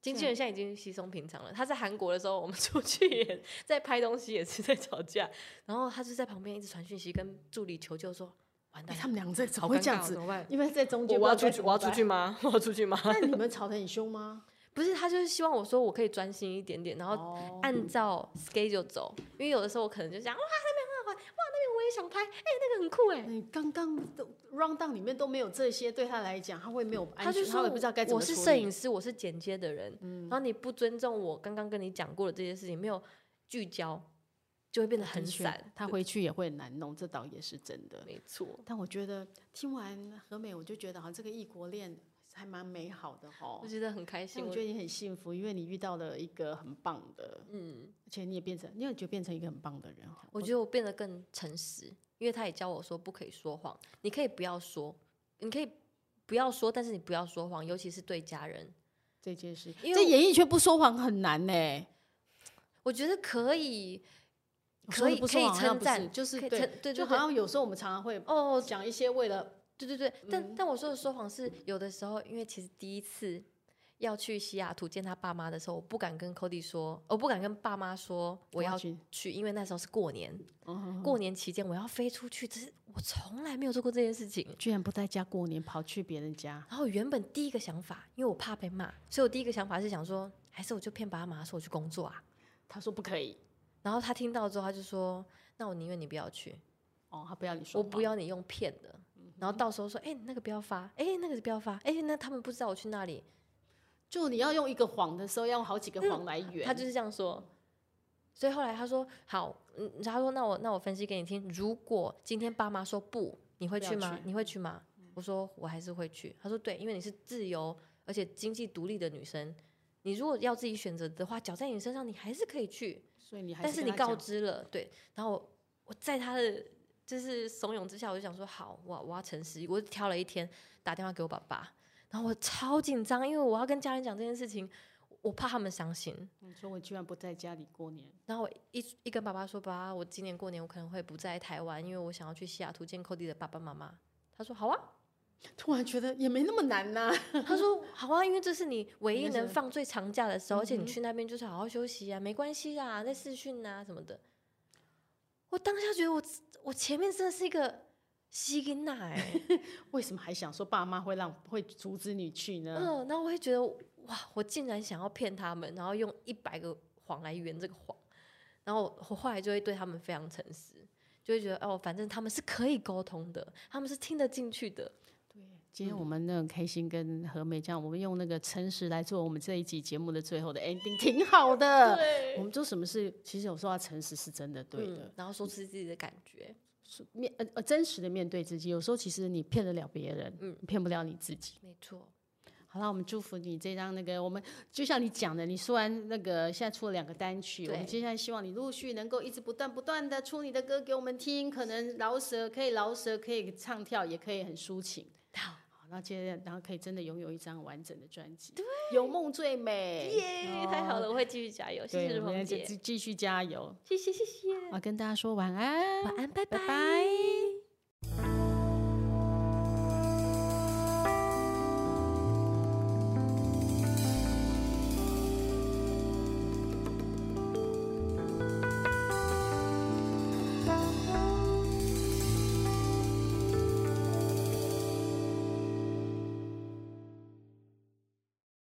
经纪人现在已经稀松平常了。他在韩国的时候，我们出去也在拍东西，也是在吵架。然后他就在旁边一直传讯息，跟助理求救说：“完
哎
蛋，
他们两个在怎么
好
会
尴
这样
尬
子
怎？么办？
因为在中间，
我要
不知道该
出去，
怎
我要
么
出去吗？我要出去吗？
办。那你们吵得很凶吗？
不是，他就是希望我说我可以专心一点点，然后
哦，
按照 schedule 走。因为有的时候我可能就想，哇，那边很好玩，哇，那边我也想拍，哎、那个很酷哎、
你刚刚的 round down 里面都没有这些，对他来讲，他会没有安
他
全，
就
他
说
会不知道该怎么
我
处
是
理。嗯
摄影师，我是剪接的人，然后你不尊重我刚刚跟你讲过的这些事情，没有聚焦，就会变得很
的确
散。
他回去也会很难弄，这倒也是真的。
没错，
但我觉得听完何美，我就觉得好像这个异国恋还蛮美好的哈
我。觉得很开心。
但哦我
我
觉得你很幸福，因为你遇到了一个很棒的，
嗯，
而且你也变成，你也就变成一个很棒的人哈。
我觉得我变得更诚实，因为他也教我说不可以说谎，你可以不要说，你可以不要说，但是你不要说谎，尤其是对家人。
这件事，
因为
在
我
演艺圈不说谎很难呢、
我觉得可以，
我说
可
的
以
不
可
说
以
谎好像
称
不
赞，
就是
可以
对
称对
就
对
好
对。
像有时候我们常常会
哦，
讲一些为了
对对对，
嗯
但但我说的说谎是有的时候，因为其实第一次要去西雅图见他爸妈的时候，我不敢跟 Cody 说，我不敢跟爸妈说我要
去，
去，因为那时候是过年，
嗯
过年期间我要飞出去，这是我从来没有做过这件事情。
居然不在家过年，跑去别人家，
然后我原本第一个想法，因为我怕被骂，所以我第一个想法是想说，还是我就骗爸妈说我去工作啊。
他说不可以，
然后他听到之后，他就说：“那我宁愿你不要去，
哦，他不要你说
我
谎，
不要你用骗的。”然后到时候说：“哎、那个不要发，哎、那个不要发，哎、那他们不知道我去那里。”
就你要用一个谎的时候，要用好几个谎来圆。
他就是这样说。所以后来他说：“好，嗯，他说那我那我分析给你听。如果今天爸妈说不，你会
不要
去吗？
去
你会去吗？”我说：“我还是会去。”他说：“对，因为你是自由而且经济独立的女生，你如果要自己选择的话，脚在你身上，你还是可以去。
所以你还
但是
跟
你
他讲
告知了，对。然后我我在他的就是怂恿之下，我就想说好，我我要诚实，我就挑了一天打电话给我爸爸，然后我超紧张，因为我要跟家人讲这件事情，我怕他们伤心。
你嗯说我居然不在家里过年，
然后我一一跟爸爸说：“爸，我今年过年我可能会不在台湾，因为我想要去西雅图见 Cody 的爸爸妈妈。”他说：“好啊。
突然觉得也没那么难呐、”
他说：“好啊，因为这是你唯一
应该是
能放最长假的时候，而且你去那边就是好好休息啊，没关系啊，在试训啊什么的。”我当下觉得我我前面真的是一个西根娜哎，
为什么还想说爸妈会让会阻止你去呢？
嗯，然后我会觉得哇，我竟然想要骗他们，然后用一百个谎来圆这个谎，然后我后来就会对他们非常诚实，就会觉得哦，反正他们是可以沟通的，他们是听得进去的。
对，今
嗯
天我们那个开心跟何美这样，我们用那个诚实来做我们这一集节目的最后的 ending，挺好的。
对
我们做什么事，其实有时候要诚实是真的对的，
嗯，然后说出自己的感觉，
是面呃呃真实的面对自己。有时候其实你骗得了别人，嗯，骗不了你自己。
没错，
好了，我们祝福你这张那个，我们就像你讲的，你说完那个现在出了两个单曲，我
对
们接下来希望你陆续能够一直不断不断的出你的歌给我们听，可能饶舌可以饶舌，可以唱跳，也可以很抒情。
好，
好，那接着然后可以真的拥有一张完整的专辑，对，有梦最美，
耶，太好了，我会继续加油，谢谢
哦对，
如
我们
虹
继
姐，
继继续加油，
谢谢谢谢，
我要跟大家说晚安，
晚安，拜
拜拜
拜